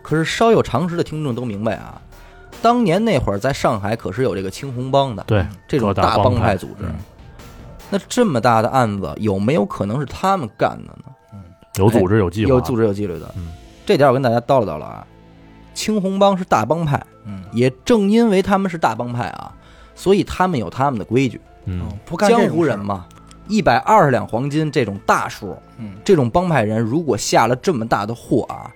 [SPEAKER 1] 可是稍有常识的听众都明白啊，当年那会儿在上海可是有这个青红帮的
[SPEAKER 4] 对，
[SPEAKER 1] 这种
[SPEAKER 4] 各大
[SPEAKER 1] 帮
[SPEAKER 4] 帮派嗯
[SPEAKER 1] 组织。那这么大的案子，有没有可能是他们干的呢？
[SPEAKER 4] 有组织有计划，
[SPEAKER 1] 哎有组织有纪律的。
[SPEAKER 4] 嗯
[SPEAKER 1] 这点我跟大家叨唠叨了啊。青红帮是大帮派，
[SPEAKER 3] 嗯，
[SPEAKER 1] 也正因为他们是大帮派啊，所以他们有他们的规矩。
[SPEAKER 4] 嗯
[SPEAKER 3] 嗯，不干这
[SPEAKER 1] 江
[SPEAKER 3] 种
[SPEAKER 1] 湖
[SPEAKER 3] 事
[SPEAKER 1] 人嘛，一百二十两黄金这种大数，
[SPEAKER 3] 嗯，
[SPEAKER 1] 这种帮派人如果下了这么大的货啊，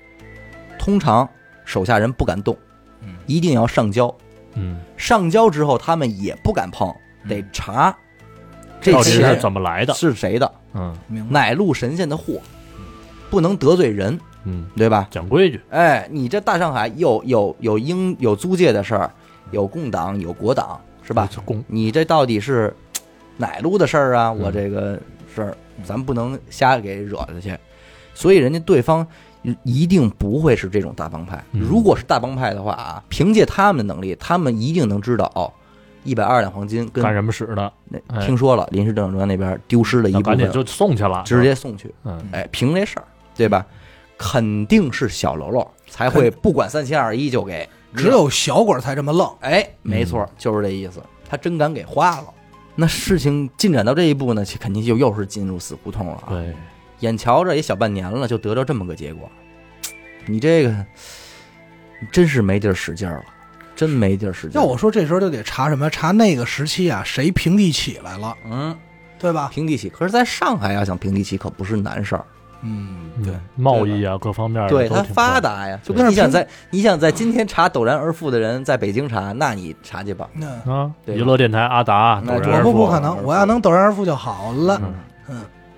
[SPEAKER 1] 通常手下人不敢动
[SPEAKER 3] 嗯，
[SPEAKER 1] 一定要上交，
[SPEAKER 4] 嗯，
[SPEAKER 1] 上交之后，他们也不敢碰，得查这
[SPEAKER 4] 到底
[SPEAKER 1] 钱
[SPEAKER 4] 是怎么来的？
[SPEAKER 1] 是谁的，
[SPEAKER 4] 嗯
[SPEAKER 3] 明白？
[SPEAKER 1] 哪路神仙的货，不能得罪人，
[SPEAKER 4] 嗯，
[SPEAKER 1] 对吧？
[SPEAKER 4] 讲规矩，
[SPEAKER 1] 哎，你这大上海有有有英有租界的事儿，有共党有国党，是
[SPEAKER 4] 是
[SPEAKER 1] 吧？？
[SPEAKER 4] 公，
[SPEAKER 1] 你这到底是哪路的事儿啊？
[SPEAKER 4] 嗯
[SPEAKER 1] 我这个事儿，咱们不能瞎给惹下去。所以人家对方一定不会是这种大帮派。
[SPEAKER 4] 嗯
[SPEAKER 1] 如果是大帮派的话啊，凭借他们的能力，他们一定能知道哦，一百二两黄金跟
[SPEAKER 4] 干什么使的？
[SPEAKER 1] 那
[SPEAKER 4] 哎
[SPEAKER 1] 听说了临时政府中央那边丢失了一
[SPEAKER 4] 那
[SPEAKER 1] 部
[SPEAKER 4] 赶紧
[SPEAKER 1] 分，
[SPEAKER 4] 就送去了，
[SPEAKER 1] 直接送去。
[SPEAKER 4] 嗯
[SPEAKER 1] 哎，凭这事儿，对吧？肯定是小喽啰才会不管三七二十一就给，
[SPEAKER 3] 只有小鬼儿才这么愣，
[SPEAKER 1] 哎，没错，就是这意思。他真敢给花了。那事情进展到这一步呢，其肯定就又是进入死胡同了啊！
[SPEAKER 4] 对，
[SPEAKER 1] 眼瞧着也小半年了，就得到这么个结果，你这个真是没地儿使劲儿了，真没地儿使劲
[SPEAKER 3] 要
[SPEAKER 1] 儿。
[SPEAKER 3] 我说这时候就得查什么？查那个时期啊，谁平地起来了，
[SPEAKER 1] 嗯，
[SPEAKER 3] 对吧？
[SPEAKER 1] 平地起，可是在上海啊要想平地起可不是难事儿，
[SPEAKER 3] 嗯，对
[SPEAKER 4] 嗯，贸易啊，各方面
[SPEAKER 1] 对
[SPEAKER 4] 都
[SPEAKER 1] 它
[SPEAKER 4] 挺
[SPEAKER 1] 发
[SPEAKER 4] 快，
[SPEAKER 1] 达呀。就
[SPEAKER 4] 对
[SPEAKER 1] 跟你
[SPEAKER 3] 但是
[SPEAKER 1] 想
[SPEAKER 3] 平
[SPEAKER 1] 在你想在今天查陡然而富的人，在北京查，那你查去吧。
[SPEAKER 3] 那
[SPEAKER 4] 啊，
[SPEAKER 1] 对吧
[SPEAKER 4] 娱乐电台阿达，
[SPEAKER 1] 那
[SPEAKER 4] 陡
[SPEAKER 1] 我
[SPEAKER 4] 然
[SPEAKER 3] 我
[SPEAKER 4] 而
[SPEAKER 3] 不
[SPEAKER 4] 富
[SPEAKER 3] 不可
[SPEAKER 1] 啊
[SPEAKER 3] 能，我要能陡然而富就好了。
[SPEAKER 4] 嗯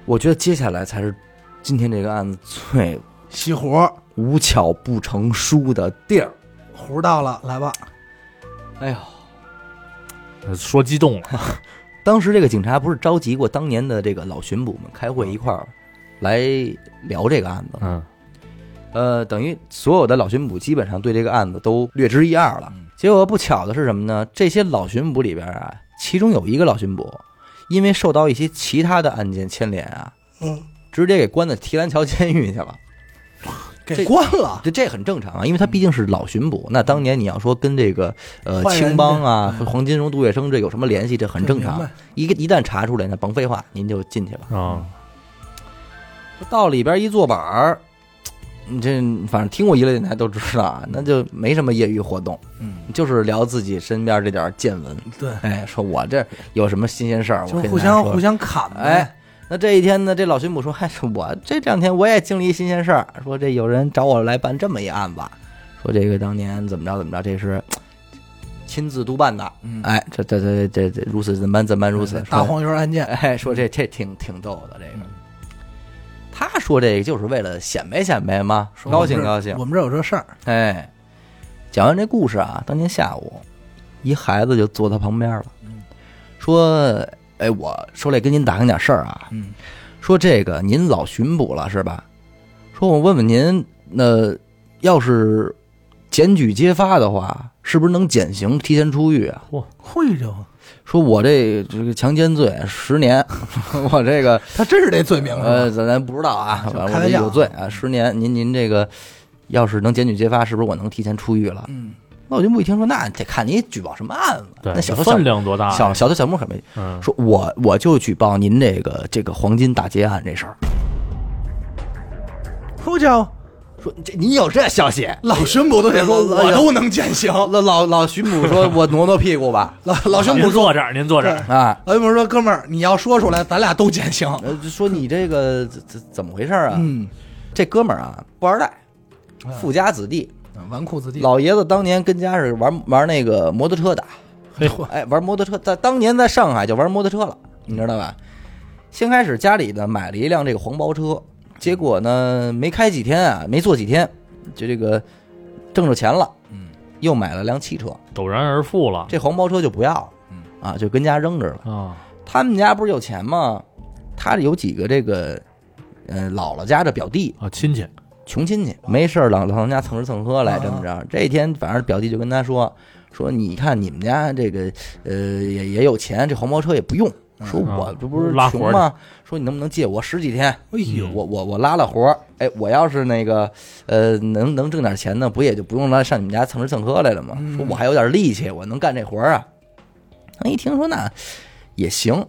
[SPEAKER 1] 我觉得接下来才是今天这个案子最
[SPEAKER 3] 熄火，
[SPEAKER 1] 无巧不成书的地儿。
[SPEAKER 3] 胡到了，来吧，
[SPEAKER 1] 哎呦，
[SPEAKER 4] 说激 动了，
[SPEAKER 1] 当时这个警察不是召集过当年的这个老巡捕们开会一块儿来聊这个案子，
[SPEAKER 4] 嗯
[SPEAKER 1] 呃，等于所有的老巡捕基本上对这个案子都略知一二了。
[SPEAKER 3] 嗯
[SPEAKER 1] 结果不巧的是什么呢？这些老巡捕里边啊，其中有一个老巡捕，因为受到一些其他的案件牵连啊，
[SPEAKER 3] 嗯，
[SPEAKER 1] 直接给关到提篮桥监狱去了。这
[SPEAKER 3] 给关了。
[SPEAKER 1] 这这很正常
[SPEAKER 3] 嗯
[SPEAKER 1] 啊，因为他毕竟是老巡捕。那当年你要说跟这个呃
[SPEAKER 3] 坏嗯人
[SPEAKER 1] 青帮啊、
[SPEAKER 3] 嗯
[SPEAKER 1] 黄金荣、杜月笙这有什么联系，这很正
[SPEAKER 3] 这明
[SPEAKER 1] 常啊
[SPEAKER 3] 白。
[SPEAKER 1] 一个一旦查出来呢，甭废话，您就进去吧。
[SPEAKER 4] 啊，
[SPEAKER 1] 到里边一坐板儿，你这反正听过娱乐电台都知道啊，那就没什么业余活动，
[SPEAKER 3] 嗯，
[SPEAKER 1] 就是聊自己身边这点见闻。
[SPEAKER 3] 对，
[SPEAKER 1] 哎，说我这有什么新鲜事儿，
[SPEAKER 3] 就
[SPEAKER 1] 我跟
[SPEAKER 3] 互
[SPEAKER 1] 大家
[SPEAKER 3] 相
[SPEAKER 1] 说
[SPEAKER 3] 互相砍呗。
[SPEAKER 1] 哎，那这一天呢，这老巡捕说：“嗨、我这两天我也经历一新鲜事儿，说这有人找我来办这么一案子，说这个当年怎么着怎么着，这是亲自督办的。
[SPEAKER 3] 嗯
[SPEAKER 1] 哎，这这这这这如此怎般怎般如此。
[SPEAKER 3] 大
[SPEAKER 1] 说
[SPEAKER 3] 黄鱼案件，
[SPEAKER 1] 哎，说这这挺挺逗的这个
[SPEAKER 3] 嗯。
[SPEAKER 1] 他说这个就是为了显摆显摆嘛，
[SPEAKER 3] 说
[SPEAKER 1] 高
[SPEAKER 3] 我们
[SPEAKER 1] 兴
[SPEAKER 3] 这
[SPEAKER 1] 高兴。
[SPEAKER 3] 我们这有这事儿，
[SPEAKER 1] 哎，讲完这故事啊，当天下午，一孩子就坐他旁边了，
[SPEAKER 3] 嗯
[SPEAKER 1] 说：“哎，我说来跟您打听点事儿啊。”
[SPEAKER 3] 嗯，
[SPEAKER 1] 说这个您老巡捕了是吧？说我问问您，那要是检举揭发的话，是不是能减刑提前出狱啊？
[SPEAKER 3] 会就
[SPEAKER 1] 说我这这个强奸罪十年， 我这个
[SPEAKER 3] 他真是这罪名是吧
[SPEAKER 1] 呃，咱咱不知道啊，
[SPEAKER 3] 就
[SPEAKER 1] 反正
[SPEAKER 3] 开
[SPEAKER 1] 我
[SPEAKER 3] 玩
[SPEAKER 1] 这
[SPEAKER 3] 笑
[SPEAKER 1] 有罪啊，十年。您您这个要是能检举揭发，是不是我能提前出狱了？
[SPEAKER 3] 嗯，
[SPEAKER 1] 那我就不一听说，那得看你举报什么案子。
[SPEAKER 4] 对，
[SPEAKER 1] 那小偷小
[SPEAKER 4] 分量多大呀？
[SPEAKER 1] 小小偷小摸可没
[SPEAKER 4] 嗯，
[SPEAKER 1] 说我我就举报您这个这个黄金大劫案这事儿。
[SPEAKER 3] 呼叫
[SPEAKER 1] 说这你有这消息？
[SPEAKER 3] 老巡捕都得说，
[SPEAKER 1] 哎
[SPEAKER 3] 我
[SPEAKER 1] 呀
[SPEAKER 3] 都能减刑。
[SPEAKER 1] 老老老巡捕说：“我挪挪屁股吧。
[SPEAKER 3] 老老巡
[SPEAKER 4] 您
[SPEAKER 3] 捕说，
[SPEAKER 4] 坐这儿，您坐这儿，
[SPEAKER 1] 啊，
[SPEAKER 3] 老巡捕说，哥们儿，你要说出来，咱俩都减刑。
[SPEAKER 1] 呃，就说你这个怎怎怎么回事啊？
[SPEAKER 3] 嗯，哎
[SPEAKER 1] 这哥们儿啊，富二代，富家子弟，
[SPEAKER 3] 纨绔子弟，
[SPEAKER 1] 老爷子当年跟家是玩玩那个摩托车的，
[SPEAKER 4] 嘿，
[SPEAKER 1] 哎，玩摩托车，在当年在上海就玩摩托车了，你知道吧？先开始家里呢买了一辆这个黄包车，结果呢没开几天啊，没坐几天，就这个挣着钱了，嗯，又买了辆汽车，
[SPEAKER 4] 陡然而富了
[SPEAKER 1] 这黄包车就不要了，嗯啊，就跟家扔着了。
[SPEAKER 4] 啊，
[SPEAKER 1] 他们家不是有钱吗？他有几个这个，呃，姥姥家的表弟，
[SPEAKER 4] 啊，亲戚，
[SPEAKER 1] 穷亲戚，没事儿老老他们家蹭吃蹭喝来，这么着。这一天，反正表弟就跟他说说，你看你们家这个，呃，也也有钱，这黄包车也不用。说
[SPEAKER 4] 嗯
[SPEAKER 1] 我这不是
[SPEAKER 4] 拉活嗯
[SPEAKER 1] 穷吗？说你能不能借我十几天？
[SPEAKER 3] 哎呦，
[SPEAKER 1] 我我我拉拉活儿，哎，我要是那个呃能能挣点钱呢，不也就不用来上你们家蹭吃蹭喝来了吗？
[SPEAKER 3] 嗯
[SPEAKER 1] 说我还有点力气，我能干这活儿啊。他一听说那也行，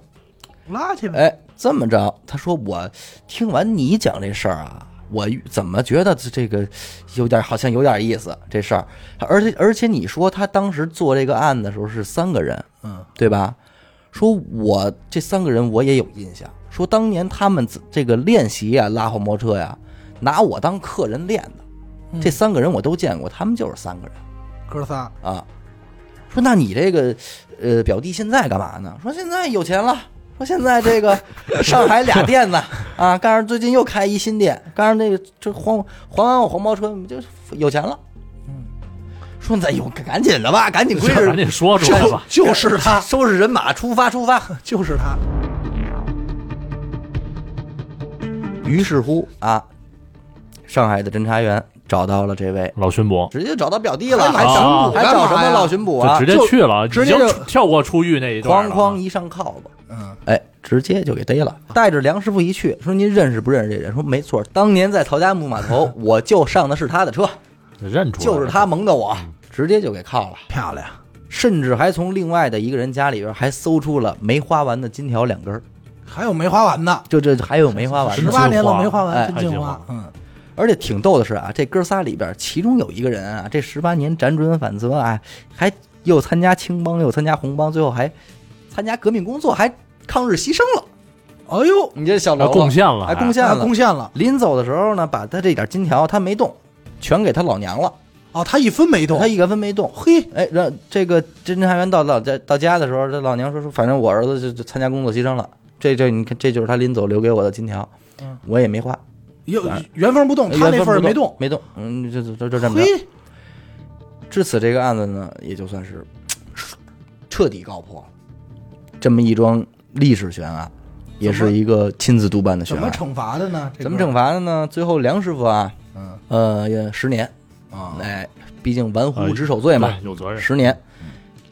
[SPEAKER 3] 拉去呗。
[SPEAKER 1] 哎，这么着，他说我听完你讲这事儿啊，我怎么觉得这这个有点好像有点意思这事儿，而且而且你说他当时做这个案的时候是三个人，
[SPEAKER 3] 嗯，
[SPEAKER 1] 对吧？说我这三个人我也有印象，说当年他们自这个练习啊拉黄包车呀、拿我当客人练的，这三个人我都见过，他们就是三个人
[SPEAKER 3] 哥仨，
[SPEAKER 1] 啊。说那你这个呃表弟现在干嘛呢？说现在有钱了。说现在这 个上海俩店呢，啊，刚上最近又开一新店，刚上那个这还还完我黄包车，就有钱了。嗯，说那有赶紧的吧，赶紧归
[SPEAKER 4] 赶
[SPEAKER 1] 置，
[SPEAKER 4] 紧说出来吧。
[SPEAKER 3] 就是他，
[SPEAKER 1] 收拾人马，出发出发。
[SPEAKER 3] 就是他。
[SPEAKER 1] 于是乎啊，上海的侦查员找到了这位，
[SPEAKER 4] 老巡捕
[SPEAKER 1] 直接找到表弟了，还
[SPEAKER 4] 找
[SPEAKER 1] 找
[SPEAKER 4] 啊
[SPEAKER 1] 还找什么老巡捕啊
[SPEAKER 4] 就？直接去了，
[SPEAKER 3] 直
[SPEAKER 4] 已
[SPEAKER 3] 接
[SPEAKER 4] 经
[SPEAKER 3] 就
[SPEAKER 4] 跳过出狱那一段
[SPEAKER 1] 哐
[SPEAKER 4] 了。
[SPEAKER 1] 哐一上铐子，
[SPEAKER 3] 嗯，
[SPEAKER 1] 哎，直接就给逮了。带着梁师傅一去，说您认识不认识这人？说没错，当年在曹家木码头，我就上的是他的车，
[SPEAKER 4] 认出来了
[SPEAKER 1] 就是他蒙的我，直接就给铐了。
[SPEAKER 3] 漂亮，
[SPEAKER 1] 甚至还从另外的一个人家里边还搜出了没花完的金条两根儿，
[SPEAKER 3] 还有没花完的，
[SPEAKER 1] 就这还有没花完
[SPEAKER 3] 十
[SPEAKER 1] 的
[SPEAKER 4] 是。
[SPEAKER 3] 八年了没花
[SPEAKER 1] 哎
[SPEAKER 3] 完真
[SPEAKER 4] 太
[SPEAKER 3] 镜
[SPEAKER 4] 精华
[SPEAKER 3] 花
[SPEAKER 4] 了。
[SPEAKER 3] 嗯，
[SPEAKER 1] 而且挺逗的是啊，这哥仨里边，其中有一个人啊，这十八年辗转反侧啊，还又参加青帮，又参加红帮，最后还参加革命工作，还抗日牺牲了。
[SPEAKER 3] 哎呦，
[SPEAKER 1] 你这小
[SPEAKER 4] 还
[SPEAKER 1] 喽
[SPEAKER 4] 啊贡献了，
[SPEAKER 1] 还贡献
[SPEAKER 3] 他
[SPEAKER 1] 了。
[SPEAKER 3] 贡献了
[SPEAKER 1] 临走的时候呢，把他这点金条他没动，全给他老娘了，
[SPEAKER 3] 哦，他一分没动
[SPEAKER 1] 他。一个分没动。嘿，哎，让这个侦查员到老家到家的时候，这老娘说说，反正我儿子就就参加工作牺牲了，这这你看，这就是他临走留给我的金条，
[SPEAKER 3] 嗯
[SPEAKER 1] 我也没花，
[SPEAKER 3] 有原封不动，他
[SPEAKER 1] 哎原
[SPEAKER 3] 那份儿
[SPEAKER 1] 不
[SPEAKER 3] 没动。
[SPEAKER 1] 没动，嗯，就就就就这么着。
[SPEAKER 3] 嘿，
[SPEAKER 1] 至此，这个案子呢，也就算是彻底告破了。这么一桩历史悬案，也是一个亲自督办的悬
[SPEAKER 3] 怎么
[SPEAKER 1] 案。
[SPEAKER 3] 惩罚的呢？这
[SPEAKER 1] 怎
[SPEAKER 3] 个
[SPEAKER 1] 么惩？罚的呢？最后梁师傅啊，
[SPEAKER 3] 嗯
[SPEAKER 1] 呃，也十年，
[SPEAKER 3] 啊，
[SPEAKER 1] 哎，毕竟玩忽职守罪嘛
[SPEAKER 4] 哎对，，有责任。
[SPEAKER 1] 十年。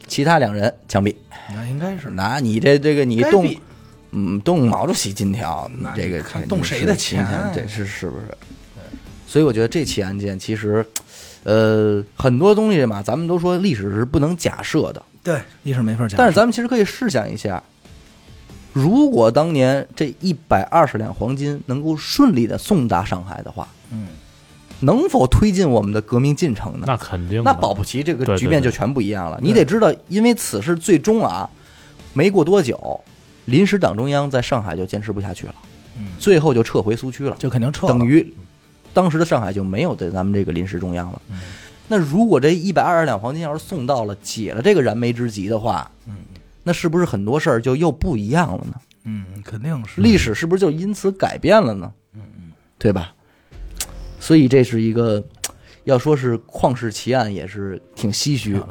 [SPEAKER 1] 其他两人枪毙。
[SPEAKER 3] 那应该是
[SPEAKER 1] 那你这这个你
[SPEAKER 3] 该
[SPEAKER 1] 动
[SPEAKER 3] 毙，
[SPEAKER 1] 嗯动毛主席金条，你
[SPEAKER 3] 那
[SPEAKER 1] 这个
[SPEAKER 3] 看
[SPEAKER 1] 这
[SPEAKER 3] 动
[SPEAKER 1] 你
[SPEAKER 3] 谁
[SPEAKER 1] 是
[SPEAKER 3] 的
[SPEAKER 1] 金
[SPEAKER 3] 钱
[SPEAKER 1] 条
[SPEAKER 3] 啊
[SPEAKER 1] 这是是不是？所以我觉得这起案件其实，呃，很多东西嘛，咱们都说历史是不能假设的，
[SPEAKER 3] 对，一是没法讲。
[SPEAKER 1] 但是咱们其实可以试想一下，如果当年这一百二十两黄金能够顺利的送达上海的话，
[SPEAKER 3] 嗯，
[SPEAKER 1] 能否推进我们的革命进程呢？
[SPEAKER 4] 那肯定的，
[SPEAKER 1] 那保不齐这个
[SPEAKER 4] 对
[SPEAKER 1] 局面
[SPEAKER 4] 对
[SPEAKER 1] 就
[SPEAKER 4] 对
[SPEAKER 1] 全不一样了。
[SPEAKER 3] 对
[SPEAKER 1] 你得知道，因为此事最终啊，没过多久，临时党中央在上海就坚持不下去了，
[SPEAKER 3] 嗯
[SPEAKER 1] 最后就撤回苏区了，
[SPEAKER 3] 就肯定撤了。
[SPEAKER 1] 等于当时的上海就没有对咱们这个临时中央了。
[SPEAKER 3] 嗯
[SPEAKER 1] 那如果这一百二十两黄金要是送到了，解了这个燃眉之急的话，
[SPEAKER 3] 嗯
[SPEAKER 1] 那是不是很多事儿就又不一样了呢？
[SPEAKER 3] 嗯，肯定是
[SPEAKER 1] 历史是不是就因此改变了呢？嗯嗯，对吧？所以这是一个，要说是旷世奇案，也是挺唏嘘
[SPEAKER 3] 漂。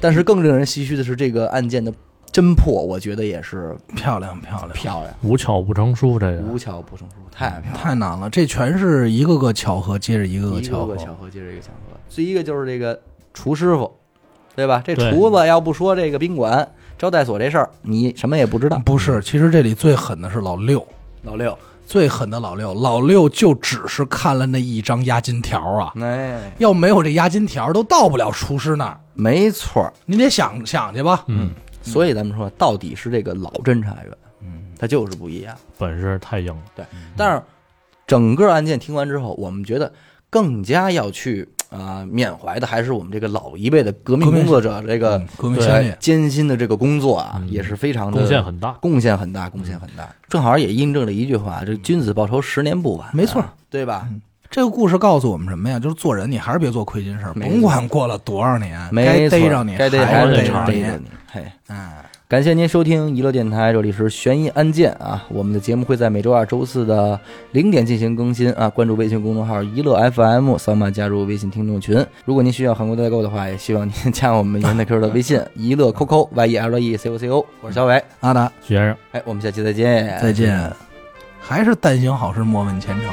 [SPEAKER 1] 但是更令人唏嘘的是，这个案件的侦破，我觉得也是
[SPEAKER 3] 漂亮漂亮。
[SPEAKER 1] 漂亮，
[SPEAKER 4] 无巧不成书，这个
[SPEAKER 1] 无巧不成书，太漂亮了。
[SPEAKER 3] 哎太难了，这全是一个个巧合，接着一个
[SPEAKER 1] 一个
[SPEAKER 3] 个嗯巧合。
[SPEAKER 1] 个巧合接着一个巧合，最一个就是这个厨师傅，对吧？这
[SPEAKER 4] 对
[SPEAKER 1] 厨子要不说这个宾馆招待所这事儿，你什么也不知道。
[SPEAKER 3] 不是，其实这里最狠的是老六，
[SPEAKER 1] 老六，
[SPEAKER 3] 最狠的老六，老六就只是看了那一张押金条啊，
[SPEAKER 1] 哎，
[SPEAKER 3] 要没有这押金条，都到不了厨师那儿。
[SPEAKER 1] 没错儿，
[SPEAKER 3] 你得想想去吧。
[SPEAKER 4] 嗯，
[SPEAKER 1] 所以咱们说，到底是这个老侦查员，嗯，他就是不一样。
[SPEAKER 4] 本事太硬了。
[SPEAKER 3] 嗯
[SPEAKER 1] 但是整个案件听完之后，我们觉得更加要去啊、呃缅怀的还是我们这个老一辈的革命
[SPEAKER 3] 革命
[SPEAKER 1] 工作者这个
[SPEAKER 3] 嗯革命嗯
[SPEAKER 1] 对
[SPEAKER 3] 先烈
[SPEAKER 1] 艰辛的这个工作啊，也是非常的
[SPEAKER 4] 贡献很大，
[SPEAKER 1] 贡献很
[SPEAKER 3] 嗯
[SPEAKER 1] 大，贡献很大。正好也印证了一句话：这君子报仇，十年不晚。啊
[SPEAKER 3] 没错，嗯
[SPEAKER 1] 对吧？
[SPEAKER 3] 这个故事告诉我们什么呀？就是做人，你还是别做亏心事儿，
[SPEAKER 1] 没错
[SPEAKER 3] 甭管过了多少年，
[SPEAKER 1] 没
[SPEAKER 3] 该
[SPEAKER 1] 错
[SPEAKER 3] 逮着你
[SPEAKER 1] 该逮
[SPEAKER 3] 还
[SPEAKER 1] 着
[SPEAKER 3] 是
[SPEAKER 1] 你
[SPEAKER 3] 逮
[SPEAKER 4] 逮
[SPEAKER 3] 着
[SPEAKER 1] 逮
[SPEAKER 3] 你
[SPEAKER 1] 着。你。嘿，
[SPEAKER 3] 哎，
[SPEAKER 1] 感谢您收听娱乐电台，这里是悬疑案件啊。我们的节目会在每周二、周四的零点进行更新啊。关注微信公众号“娱乐 FM”，扫码加入微信听众群。如果您需要韩国代购的话，也希望您加我们云的 Q 的微信“娱乐 QQ Y E L E C O C O”。我是小伟，
[SPEAKER 3] 阿达，
[SPEAKER 4] 学生。
[SPEAKER 1] 哎，我们下期再见，
[SPEAKER 3] 再见。还是但行好事，莫问前程。